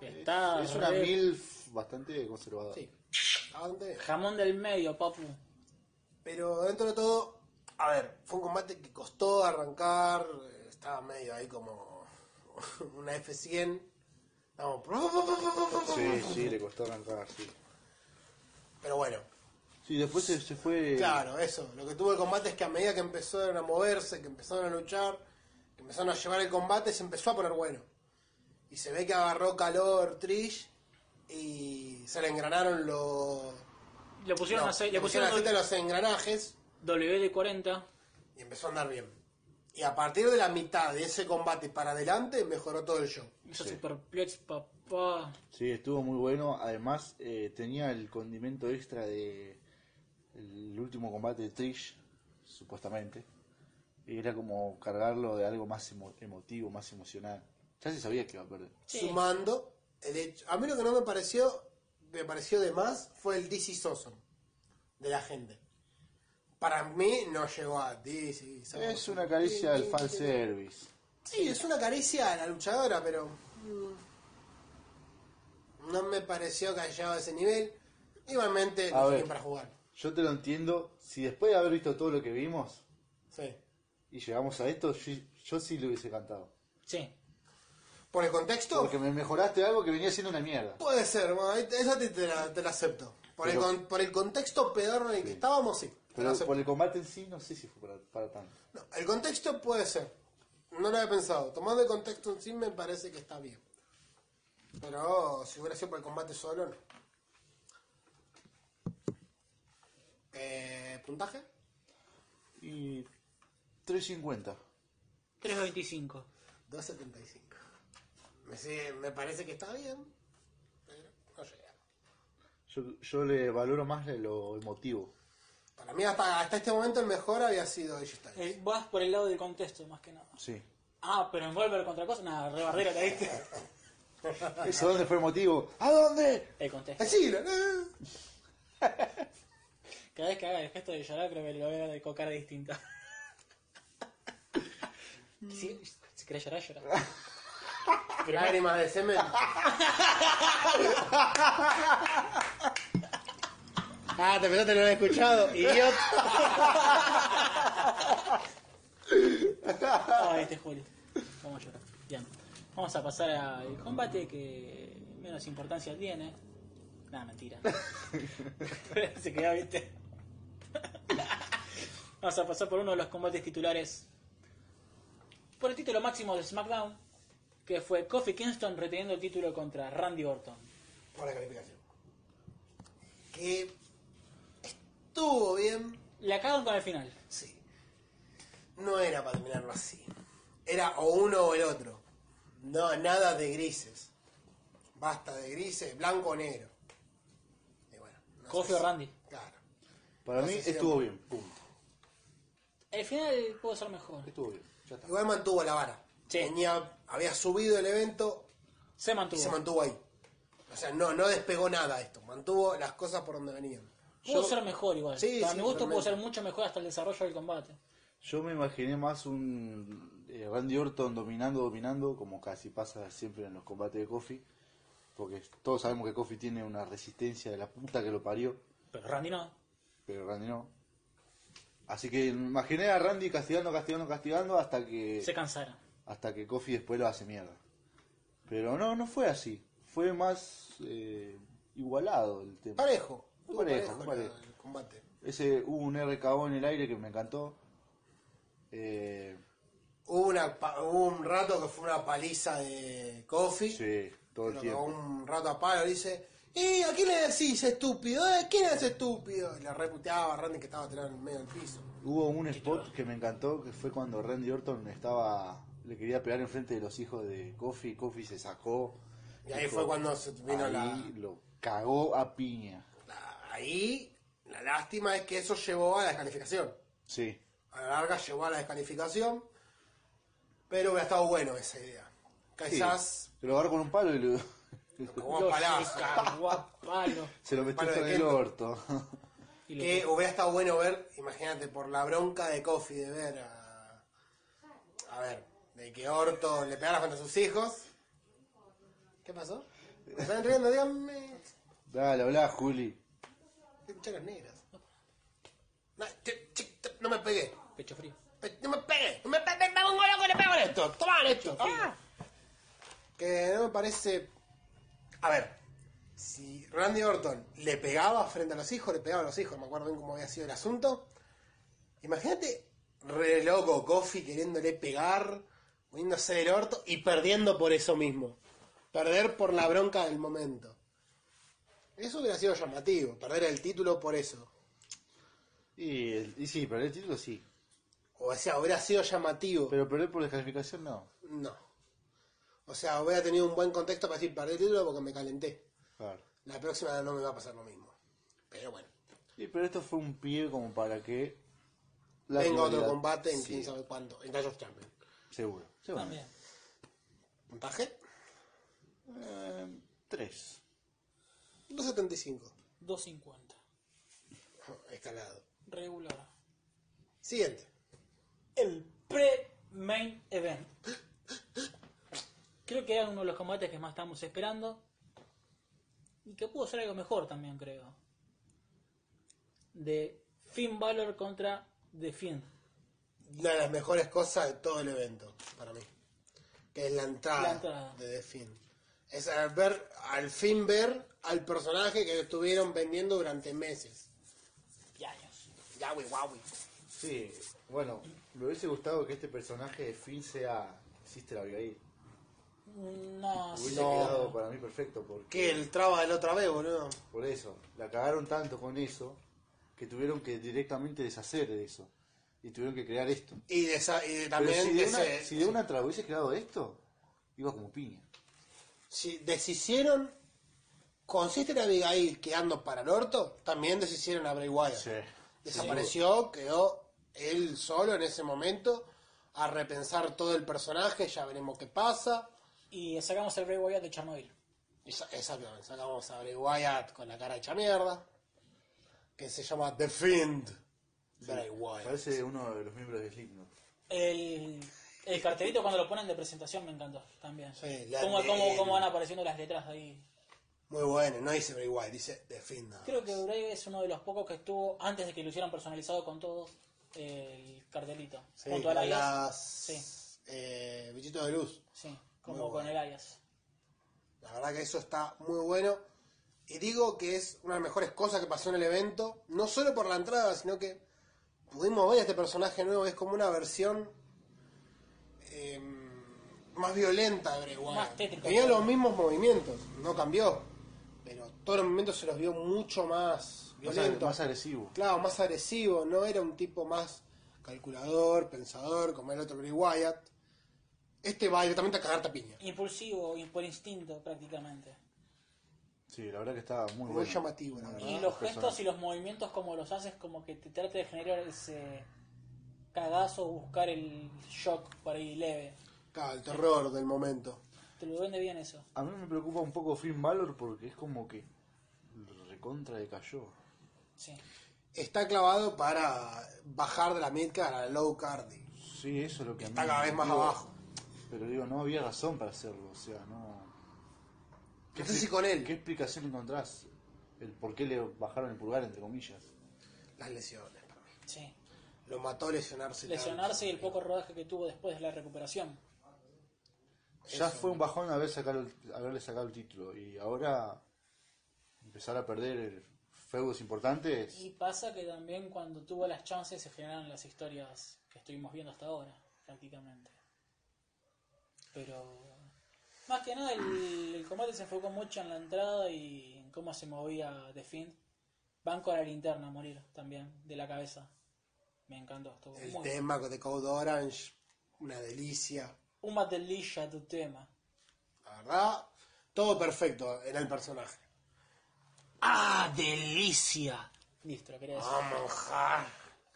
Está es una re- MILF bastante conservadora. Ah, Sí. Bastante. Jamón del medio, papu. Pero dentro de todo, a ver, fue un combate que costó arrancar, eh, estaba medio ahí como una F100. Vamos, Sí, sí, le costó arrancar, sí. pero bueno, Sí, después se, se fue. claro, eso. Lo que tuvo el combate es que a medida que empezaron a moverse, que empezaron a luchar, que empezaron a llevar el combate, se empezó a poner bueno. Y se ve que agarró calor Trish y se le engranaron los. Le pusieron, no, ace- le le pusieron aceite a los engranajes. WD-40. y empezó a andar bien. Y a partir de la mitad de ese combate para adelante, mejoró todo el show. Hizo superplex, papá. Sí, estuvo muy bueno. Además, eh, tenía el condimento extra de el último combate de Trish, supuestamente. Y era como cargarlo de algo más emo- emotivo, más emocional. Ya se sabía que iba a perder. Sí. Sumando, el hecho- a mí lo que no me pareció, me pareció de más, fue el DC Soson de la gente. Para mí no llegó a DC. Es una caricia al fanservice. Sí, es una caricia a la luchadora, pero. mm, No me pareció que haya llegado a ese nivel. Igualmente, A no fue ver. bien para jugar. Yo te lo entiendo. Si después de haber visto todo lo que vimos Sí. y llegamos a esto, yo, yo sí lo hubiese cantado. Sí. Por el contexto. Porque me mejoraste algo que venía siendo una mierda. Puede ser, bueno, ahí- esa te, te la, te la acepto. Por, Pero- el con- por el contexto pedorro en el que estábamos, sí. te la Pero acepto. por el combate en sí, no sé si fue para, para tanto. No, el contexto puede ser. No lo había pensado. Tomando el contexto en sí, me parece que está bien. Pero si hubiera sido por el combate solo, no. Eh, ¿Puntaje? Y 3.50. 325. 2.75. Me, sigue- me parece que está bien, pero no llega. Yo, yo le valoro más lo emotivo. Para mí, hasta, hasta este momento, el mejor había sido AJ Styles. Eh, vas por el lado del contexto, más que nada. Sí. Ah, pero en Volver contra cosa, nada, rebardera te diste. ¿Eso dónde fue emotivo? ¿A dónde? El contexto. ¡El siglo! ¿no? Cada vez que haga el gesto de llorar, creo que lo voy a de cocar distinta. Si, si querés llorar, llorar. Lágrimas Ah, de semen. ah, te pensaste que no lo he escuchado, idiota. Ah, este Julio. Vamos a llorar. Bien. Vamos a pasar al combate que menos importancia tiene. Nada, mentira. Se quedó, viste. Vamos a pasar por uno de los combates titulares. Por el título máximo de SmackDown, que fue Kofi Kingston reteniendo el título contra Randy Orton. Por la calificación. Que estuvo bien. La cagan con el final. Sí. No era para terminarlo así. Era o uno o el otro. No, nada de grises. Basta de grises, blanco o negro. Y bueno, no sé Kofi o si- Randy. Claro. Para No mí sé si estuvo era- bien. Punto. El final pudo ser mejor. Estuvo bien. Ya está. Igual mantuvo la vara. Sí. Tenía, había subido el evento, Se y mantuvo. se mantuvo ahí. O sea, no, no despegó nada esto, mantuvo las cosas por donde venían. Pudo Yo- ser mejor igual. Sí, Para sí, mi gusto pudo totalmente. ser mucho mejor hasta el desarrollo del combate. Yo me imaginé más un eh, Randy Orton dominando, dominando, como casi pasa siempre en los combates de Kofi. Porque todos sabemos que Kofi tiene una resistencia de la puta que lo parió, Pero Randy no. pero Randy no. Así que me imaginé a Randy castigando, castigando, castigando hasta que Se cansaron. hasta que Kofi después lo hace mierda. Pero no, no fue así. Fue más eh, igualado el tema. Parejo. Fue Fue parejo, la- fue parejo. el combate. Ese hubo un RKO en el aire que me encantó. Eh, Hubo, una, pa- hubo un rato que fue una paliza de Kofi. sí, todo el Lo cagó tiempo. un rato a palo dice, ¿y a quién le decís estúpido? ¿Eh? ¿Quién es estúpido? Y le reputeaba a Randy que estaba tirado en medio del piso. Hubo un spot que me encantó que fue cuando Randy Orton estaba le quería pegar enfrente de los hijos de Kofi, Kofi se sacó. Y ahí fue cuando se vino ahí la, lo cagó a piña. la- Ahí la lástima es que eso llevó a la descalificación. Sí. A la larga llevó a la descalificación. Pero hubiera estado bueno esa idea. Quizás. Te lo agarro con un palo y lo. Como palazo. Guapalo. Se lo metes Palo de en el Kendo. orto. Y lo- Que Eh, hubiera estado bueno ver, imagínate, por la bronca de Coffee de ver a. A ver, de que Orto le pegara contra sus hijos. ¿Qué pasó? ¿Me están riendo? Díganme. Dale, hablá, Juli. Qué Chacas negras. No, che, che, te- no me pegué. Pecho frío. Pe- No me pegué. No me pegué. Me pongo loco y le pego en esto. Toma esto. Ah. Que no me parece. A ver, si Randy Orton le pegaba frente a los hijos, le pegaba a los hijos, me acuerdo bien cómo había sido el asunto. Imagínate, re loco Kofi queriéndole pegar, poniéndose el orto y perdiendo por eso mismo. Perder por la bronca del momento. Eso hubiera sido llamativo, perder el título por eso. Y, el- y sí, perder el título sí. O sea, hubiera sido llamativo. Pero perder por descalificación no. No. O sea, hubiera tenido un buen contexto para decir, perdí el título porque me calenté. Claro. La próxima no me va a pasar lo mismo. Pero bueno. Y, pero esto fue un pie como para que. la Venga otro rivalidad- combate en Sí, quién sabe cuándo. En Clash of Champions. Seguro. seguro. También. ¿Puntaje? Eh, tres. 2.75. 2.50. Escalado. Regular. Siguiente. El pre-main event. Creo que era uno de los combates que más estábamos esperando. Y que pudo ser algo mejor también, creo. De Finn Balor contra The Fiend. Una de las mejores cosas de todo el evento, para mí. Que es la entrada, La entrada. de The Fiend. Es al, ver, al fin ver al personaje que estuvieron vendiendo durante meses. Y años. Yahweh, Huawei. Sí, bueno, me hubiese gustado que este personaje de Finn sea Sister Abigail. No, sé. Hubiese quedado para mí perfecto porque Ah, Que el traba de la otra vez, boludo. por eso la cagaron tanto con eso que tuvieron que directamente deshacer de eso y tuvieron que crear esto. Y, de esa- y de- Pero también si de, ese- una, si de una traba hubiese creado esto, iba como piña. si deshicieron con Sister Abigail quedando para el orto, también deshicieron a Bray Wyatt. Desapareció, quedó él solo en ese momento a repensar todo el personaje, ya veremos qué pasa. Y sacamos el Bray Wyatt de Chernobyl. Y sa- Exactamente, sacamos a Bray Wyatt con la cara hecha mierda, que se llama The Fiend. Bray Wyatt. Parece uno de los miembros de Slipknot. El, el cartelito cuando lo ponen de presentación me encantó también. Sí, la cómo, de- cómo- cómo van apareciendo las letras ahí. Muy bueno, no dice Bray Wyatt, dice The Fiend. nada Creo más. que Bray es uno de los pocos que estuvo, antes de que lo hicieran personalizado con todo, el cartelito. Sí, junto al con alias. las, Sí, eh, bichitos de luz. sí, como Muy con bueno. el alias. La verdad que eso está muy bueno. Y digo que es una de las mejores cosas que pasó en el evento. No solo por la entrada, sino que pudimos ver a este personaje nuevo. Es como una versión eh, más violenta de Bray Wyatt. Más tétrico. Tenía los mismos movimientos, no cambió. Pero todos los movimientos se los vio mucho más Más, ag- violentos. más agresivo. Claro, más agresivo, no era un tipo más calculador, pensador, como el otro Bray Wyatt. Este va directamente a cagarte a piña. Impulsivo y por instinto prácticamente. Sí, la verdad que estaba muy, Muy bueno. llamativo, la verdad. Y los gestos y los movimientos como los haces, como que te trata de generar ese cagazo, buscar el shock para ir leve. Claro, el terror del momento. Te lo vende bien eso. A mí me preocupa un poco Finn Balor porque es como que lo recontra decayó. Sí. Está clavado para bajar de la midcard a la low card. Sí, eso es lo que a mí Está cada me vez más digo. abajo. Pero digo, no había razón para hacerlo, o sea, no. No sé si con ¿Qué él. explicación encontrás? El por qué le bajaron el pulgar, entre comillas. Las lesiones, para mí. Sí. Lo mató lesionarse. tanto. Lesionarse y el poco rodaje que tuvo después de la recuperación. Ya fue un bajón haber sacado el- haberle sacado el título y ahora empezar a perder el- feudos importantes. Y pasa que también cuando tuvo las chances se generaron las historias que estuvimos viendo hasta ahora, prácticamente. Pero más que nada el, el combate se enfocó mucho en la entrada y en cómo se movía The Fiend. Van con la linterna a morir también, de la cabeza. Me encantó. Estuvo El muy tema de Code Orange, una delicia. Una delicia tu tema. La verdad, todo perfecto en el personaje. ¡Ah, delicia! Ah. Listo, lo quería decir. Vamos, ja.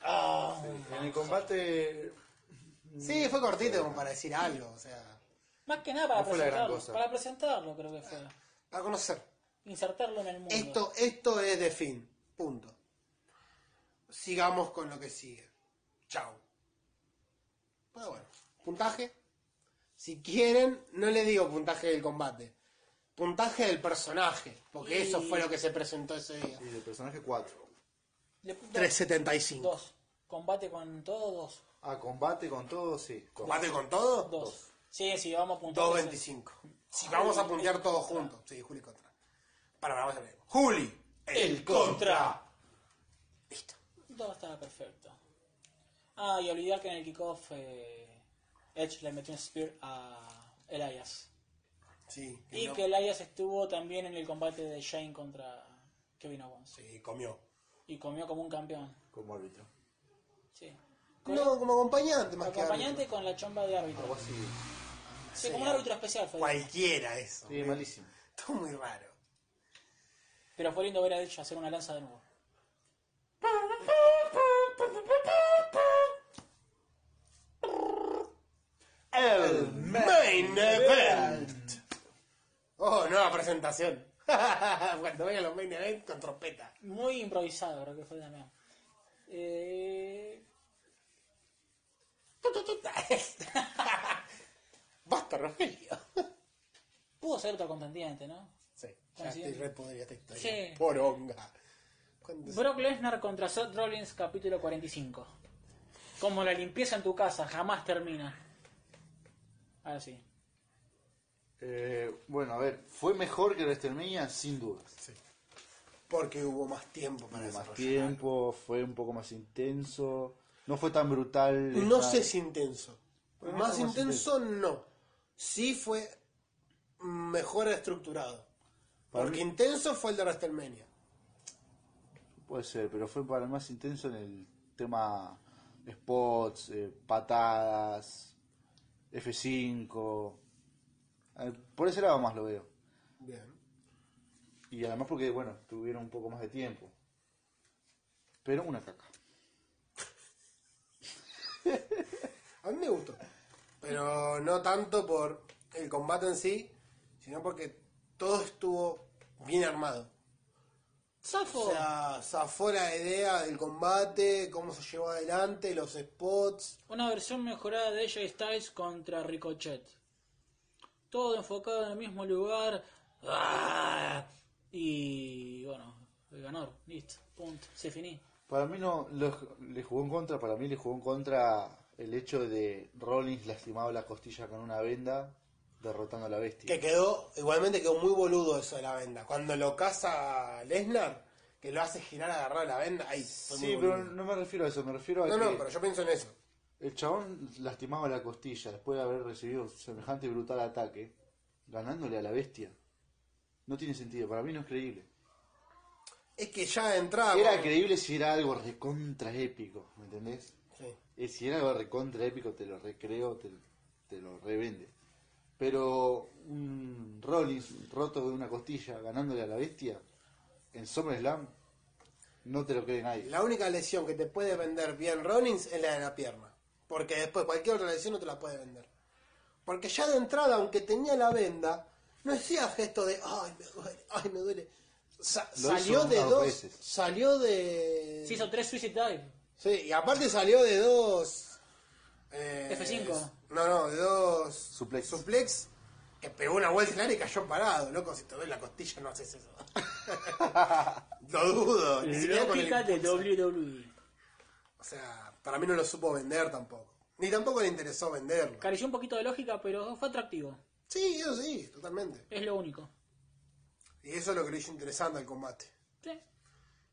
Ah, En el combate Sí, fue cortito como para decir algo, o sea, Más que nada para No fue la gran presentarlo. cosa. Para presentarlo creo que fue. para conocer. Insertarlo en el mundo. Esto, esto es de fin, punto. Sigamos con lo que sigue. Chao. Pero bueno, puntaje. Si quieren, no le digo puntaje del combate. Puntaje del personaje, porque eso Y- fue lo que se presentó ese día. Y el personaje 4. Le- dos, 375. Dos. Combate con todo, dos. Ah, combate con todo, sí. Con- ¿Combate con todo? Dos. Sí, sí, vamos a apuntar. 2.25. Si vamos a puntear todos juntos. Sí, Juli contra. Para, para, vamos a ver. Juli, El contra. Listo. Todo estaba perfecto. Ah, y olvidar que en el kickoff eh, Edge le metió un spear a Elias. Sí, que Y no- que Elias estuvo también en el combate de Shane contra Kevin Owens. Sí, comió. Y comió como un campeón. Como árbitro. Sí. Con No, Ah, como acompañante más que acompañante con la chomba de árbitro. Algo así. Sí, como un árbitro especial fue. árbitro. Cualquiera eso. Sí, malísimo. Esto es muy raro. Pero fue lindo ver a Edge hacer una lanza de nuevo. El main event. Oh, nueva presentación. Cuando vengan los main event con trompeta. Muy improvisado, creo que fue también. Eh, Tu, tu, tu, ta. Basta, Rogelio. pudo ser otro contendiente, ¿no? Sí, ya Así estoy es. re podrida esta historia. Sí. Poronga. Cuando se- Brock Lesnar contra Seth Rollins, capítulo 45. Como la limpieza en tu casa jamás termina. Ahora sí. Eh, bueno, a ver, fue mejor que WrestleMania, sin dudas. Sí. Porque hubo más tiempo para Hubo desarrollar. más tiempo, fue un poco más intenso. No fue tan brutal. No esa- sé si intenso. Pero no más fue más intenso, no. Sí fue mejor estructurado. Para Porque mí- intenso fue el de WrestleMania. Puede ser, pero fue para el más intenso en el tema spots, eh, patadas, F5. Eh, Por ese lado más lo veo. Bien. Y además porque, bueno, tuvieron un poco más de tiempo. Pero una caca. A mí me gustó. Pero no tanto por el combate en sí, sino porque todo estuvo bien armado. ¡Zafo! O sea, zafó la idea del combate, cómo se llevó adelante, los spots. Una versión mejorada de AJ Styles contra Ricochet. Todo enfocado en el mismo lugar. ¡Ah! Y bueno, el ganador. Listo. Punto. Se finí. Para mí no lo- le jugó en contra, para mí le jugó en contra el hecho de Rollins lastimado la costilla con una venda, derrotando a la bestia. Que quedó, igualmente quedó muy boludo eso de la venda. Cuando lo caza Lesnar, que lo hace girar agarrado de la venda, ahí fue muy Sí, pero boludo. no me refiero a eso, me refiero a No, no, que pero yo pienso en eso. el chabón lastimado la costilla después de haber recibido semejante y brutal ataque, ganándole a la bestia. No tiene sentido, para mí no es creíble. Es que ya de entrada. Era Ah, bueno, creíble si era algo recontra épico, ¿me entendés? sí. Eh, si era algo recontra épico, te lo recreo, te, te lo revende. Pero un Rollins roto de una costilla ganándole a la bestia en SummerSlam, no te lo cree nadie. La única lesión que te puede vender bien Rollins es la de la pierna. Porque después cualquier otra lesión no te la puede vender. Porque ya de entrada, aunque tenía la venda, no hacía gesto de ay me duele, ay me duele. Sa- Lo hizo salió de unas dos. veces. Salió de. Se hizo tres Suicide Dive. Sí, y aparte salió de dos. eh, F5. No, no, de dos. Suplex. suplex, que pegó una vuelta en el aire y cayó parado, loco. Si te duele la costilla, no haces eso. Lo dudo. ni siquiera con el Lógica de E. impulso. WWE. O sea, para mí no lo supo vender tampoco. Ni tampoco le interesó venderlo. Careció un poquito de lógica, pero fue atractivo. Sí, eso sí, totalmente. Es lo único. Y eso es lo que lo hizo interesante al combate. Sí.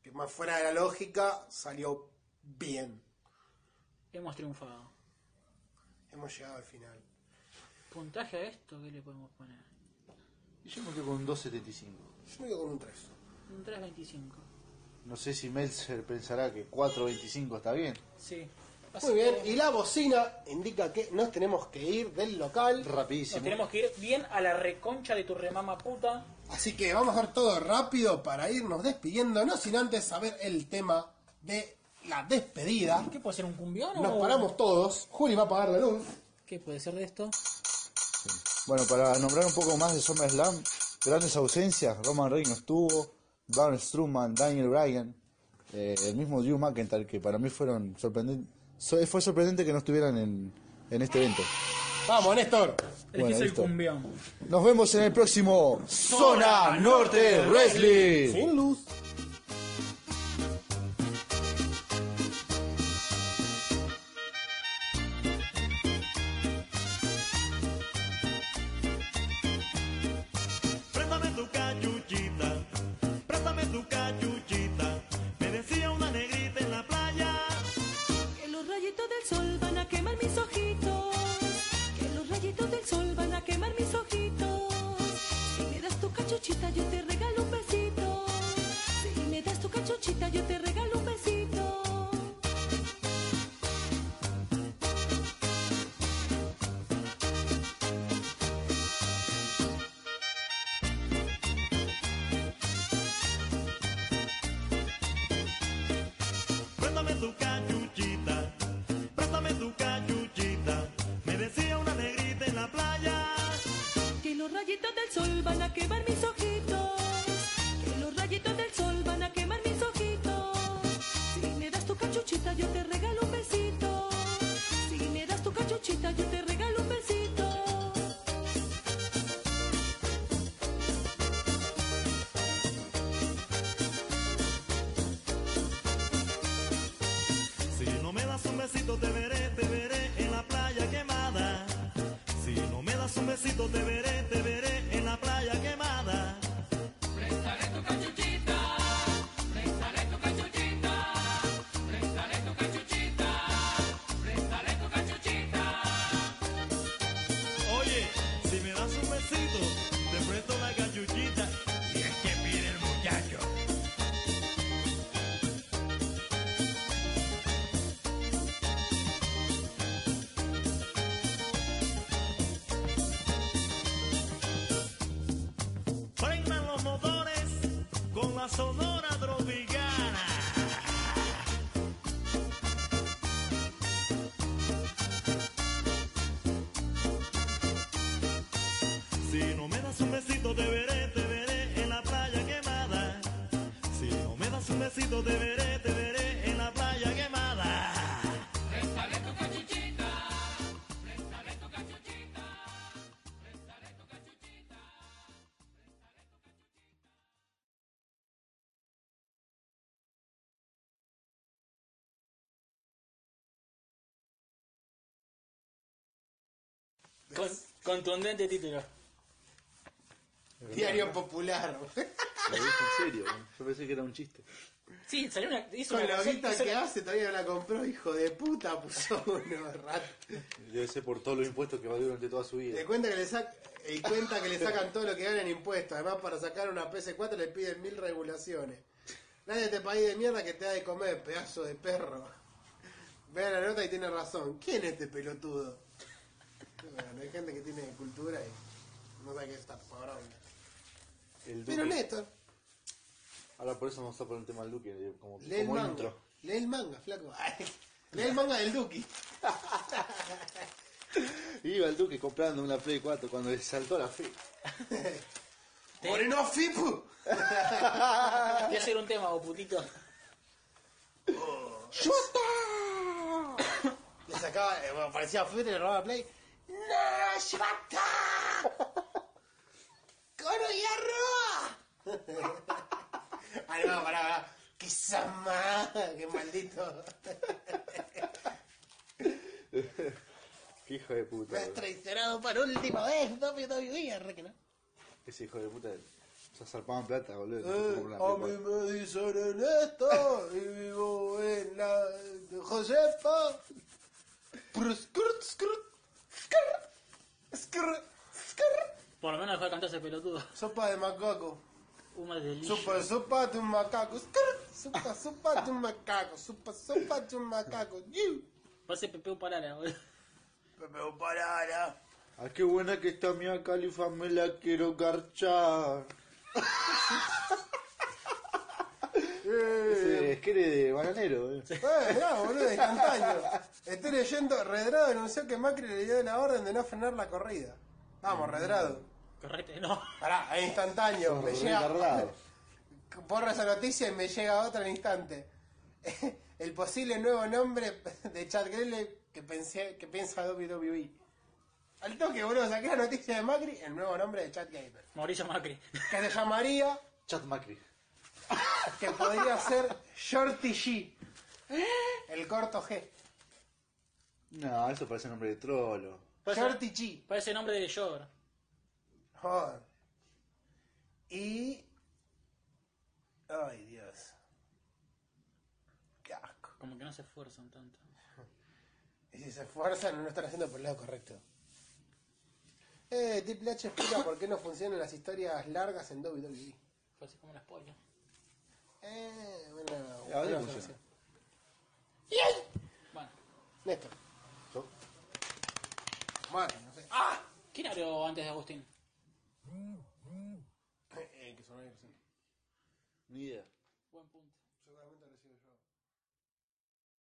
Que más fuera de la lógica, salió bien. Hemos triunfado. Hemos llegado al final. Puntaje a esto, ¿qué le podemos poner? Y yo me quedo con 2.75. Yo me quedo con un 3. Un 3.25. No sé si Meltzer pensará que 4.25 está bien. Sí. Así Muy bien, que y la bocina indica que nos tenemos que ir del local. Nos Rapidísimo. tenemos que ir bien a la reconcha de tu remama puta. Así que vamos a ver todo rápido para irnos despidiendo, no sin antes saber el tema de la despedida. ¿Qué puede ser un cumbión Nos o.? paramos todos. Juli va a apagar la luz. ¿Qué puede ser de esto? Bueno, para nombrar un poco más de SummerSlam, grandes ausencias, Roman Reigns estuvo, Braun Strowman, Daniel Bryan, eh, el mismo Drew McIntyre, que para mí fueron sorprendentes, fue sorprendente que no estuvieran en, en este evento. Vamos, Néstor. El Bueno, que hizo el listo. cumbión. Nos vemos en el próximo Zona Norte Wrestling. Sin luz. Préstame tu cachuchita, préstame tu cachuchita. Me decía una negrita en la playa. Que los rayitos del sol van a quemar mis ojitos. Que los rayitos del sol van a quemar mis ojitos. Si me das tu cachuchita, yo te regalo un besito. Si me das tu cachuchita, yo te regalo un besito. Préstame tu cachuchita, préstame tu cachuchita. Me decía una negrita en la playa. Que los rayitos del sol van a quemar mis ojitos. Que los rayitos del sol van a quemar mis ojitos. Si me das tu cachuchita, yo te regalo un besito. Si me das tu cachuchita, yo te regalo un besito. Si no me das un besito te veré, te veré en la playa quemada. Si no me das un besito te veré, te veré en la playa quemada. Oye, si me das un besito, te presto la cachuchita. Y es que pide el muchacho. Prendan los motores con la sonora tropicana. Si no me das un besito te veré, te veré en la playa quemada. Si no me das un besito te veré, te veré en la playa quemada. Con- contundente título. Diario Popular. Lo dijo en serio, yo pensé que era un chiste. Sí, salió una. Hizo Con una la canción, guita hizo que una- hace todavía no la compró, hijo de puta, puso uno rato. Debe ser por todos los impuestos que valió durante toda su vida. Le cuenta que le sac- y cuenta que le sacan todo lo que ganan impuestos. Además, para sacar una PS4 le piden mil regulaciones. Nadie de este país de mierda que te da de comer, pedazo de perro. Vea la nota y tiene razón. ¿Quién es este pelotudo? Bueno, hay gente que tiene cultura y no sabe qué está cabrón. El Pero Duque. Néstor, Ahora por eso vamos a poner el tema del Duque, eh, como, lee el como manga. intro. Lee el manga, flaco. Lee el manga del Duki. Iba el Duque comprando una Play 4 cuando le saltó la fe. ¡Moreno Fipu! Voy a hacer un tema, vos putito. ¡Yuta! Le sacaba, eh, bueno, parecía Fury, le robaba play. ¡No, Shibata! ¡Coro y arroba! ah, no, pará, pará. ¡Qué más! ¡Qué maldito! Qué hijo de puta. Me has bro. traicionado por última vez, no me doy vida, re que no. Ese hijo de puta. Se zarpaban plata, boludo. Eh, Como una a Play mí me dicen en esto y vivo en la de Josefa. Prr, skrrt, skrrt, skrrt, skrrt, skrrt. Por lo menos dejó de cantar ese pelotudo. Sopa de macaco. Una delicia. Sopa, sopa de un macaco. Skrrt, Sopa, sopa de un macaco. Sopa, sopa de un macaco. Yiu. Parece Pepeo Parara, boludo. Pepe Parara. cuatro. Ah, qué buena que está Mia Califa, me la quiero garchar. Ese- que eres de bananero. eh. Ah, no, boludo, de campaña. Estoy leyendo, Redrado anunció que Macri le dio la orden de no frenar la corrida. Vamos, Redrado. Correcto, no. Pará, es instantáneo. Me llega, Retardado. borro esa noticia y me llega otra al instante. El posible nuevo nombre de Chad Grele que, pensé, que piensa WWE. Al toque, boludo, saqué la noticia de Macri, el nuevo nombre de Chad Gamer. Mauricio Macri. Que se llamaría, Chat Macri. que podría ser Shorty G. El corto G. No, eso parece nombre de trolo. Shorty G. Parece nombre de Joker. Joder. Y. Ay, Dios. Qué asco. Como que no se esfuerzan tanto. Y si se esfuerzan, no lo están haciendo por el lado correcto. Eh, Triple H explica por qué no funcionan las historias largas en WWE. Fue así como una spoiler. Eh, bueno. Ya, ahora buena E funciona. solución. ¡Y ahí! Bueno. Néstor. Yo. Madre, no sé. ¡Ah! ¿Quién habló antes de Agustín? Eh, eh, que sonó bien, que sonó. Ni idea. Buen punto.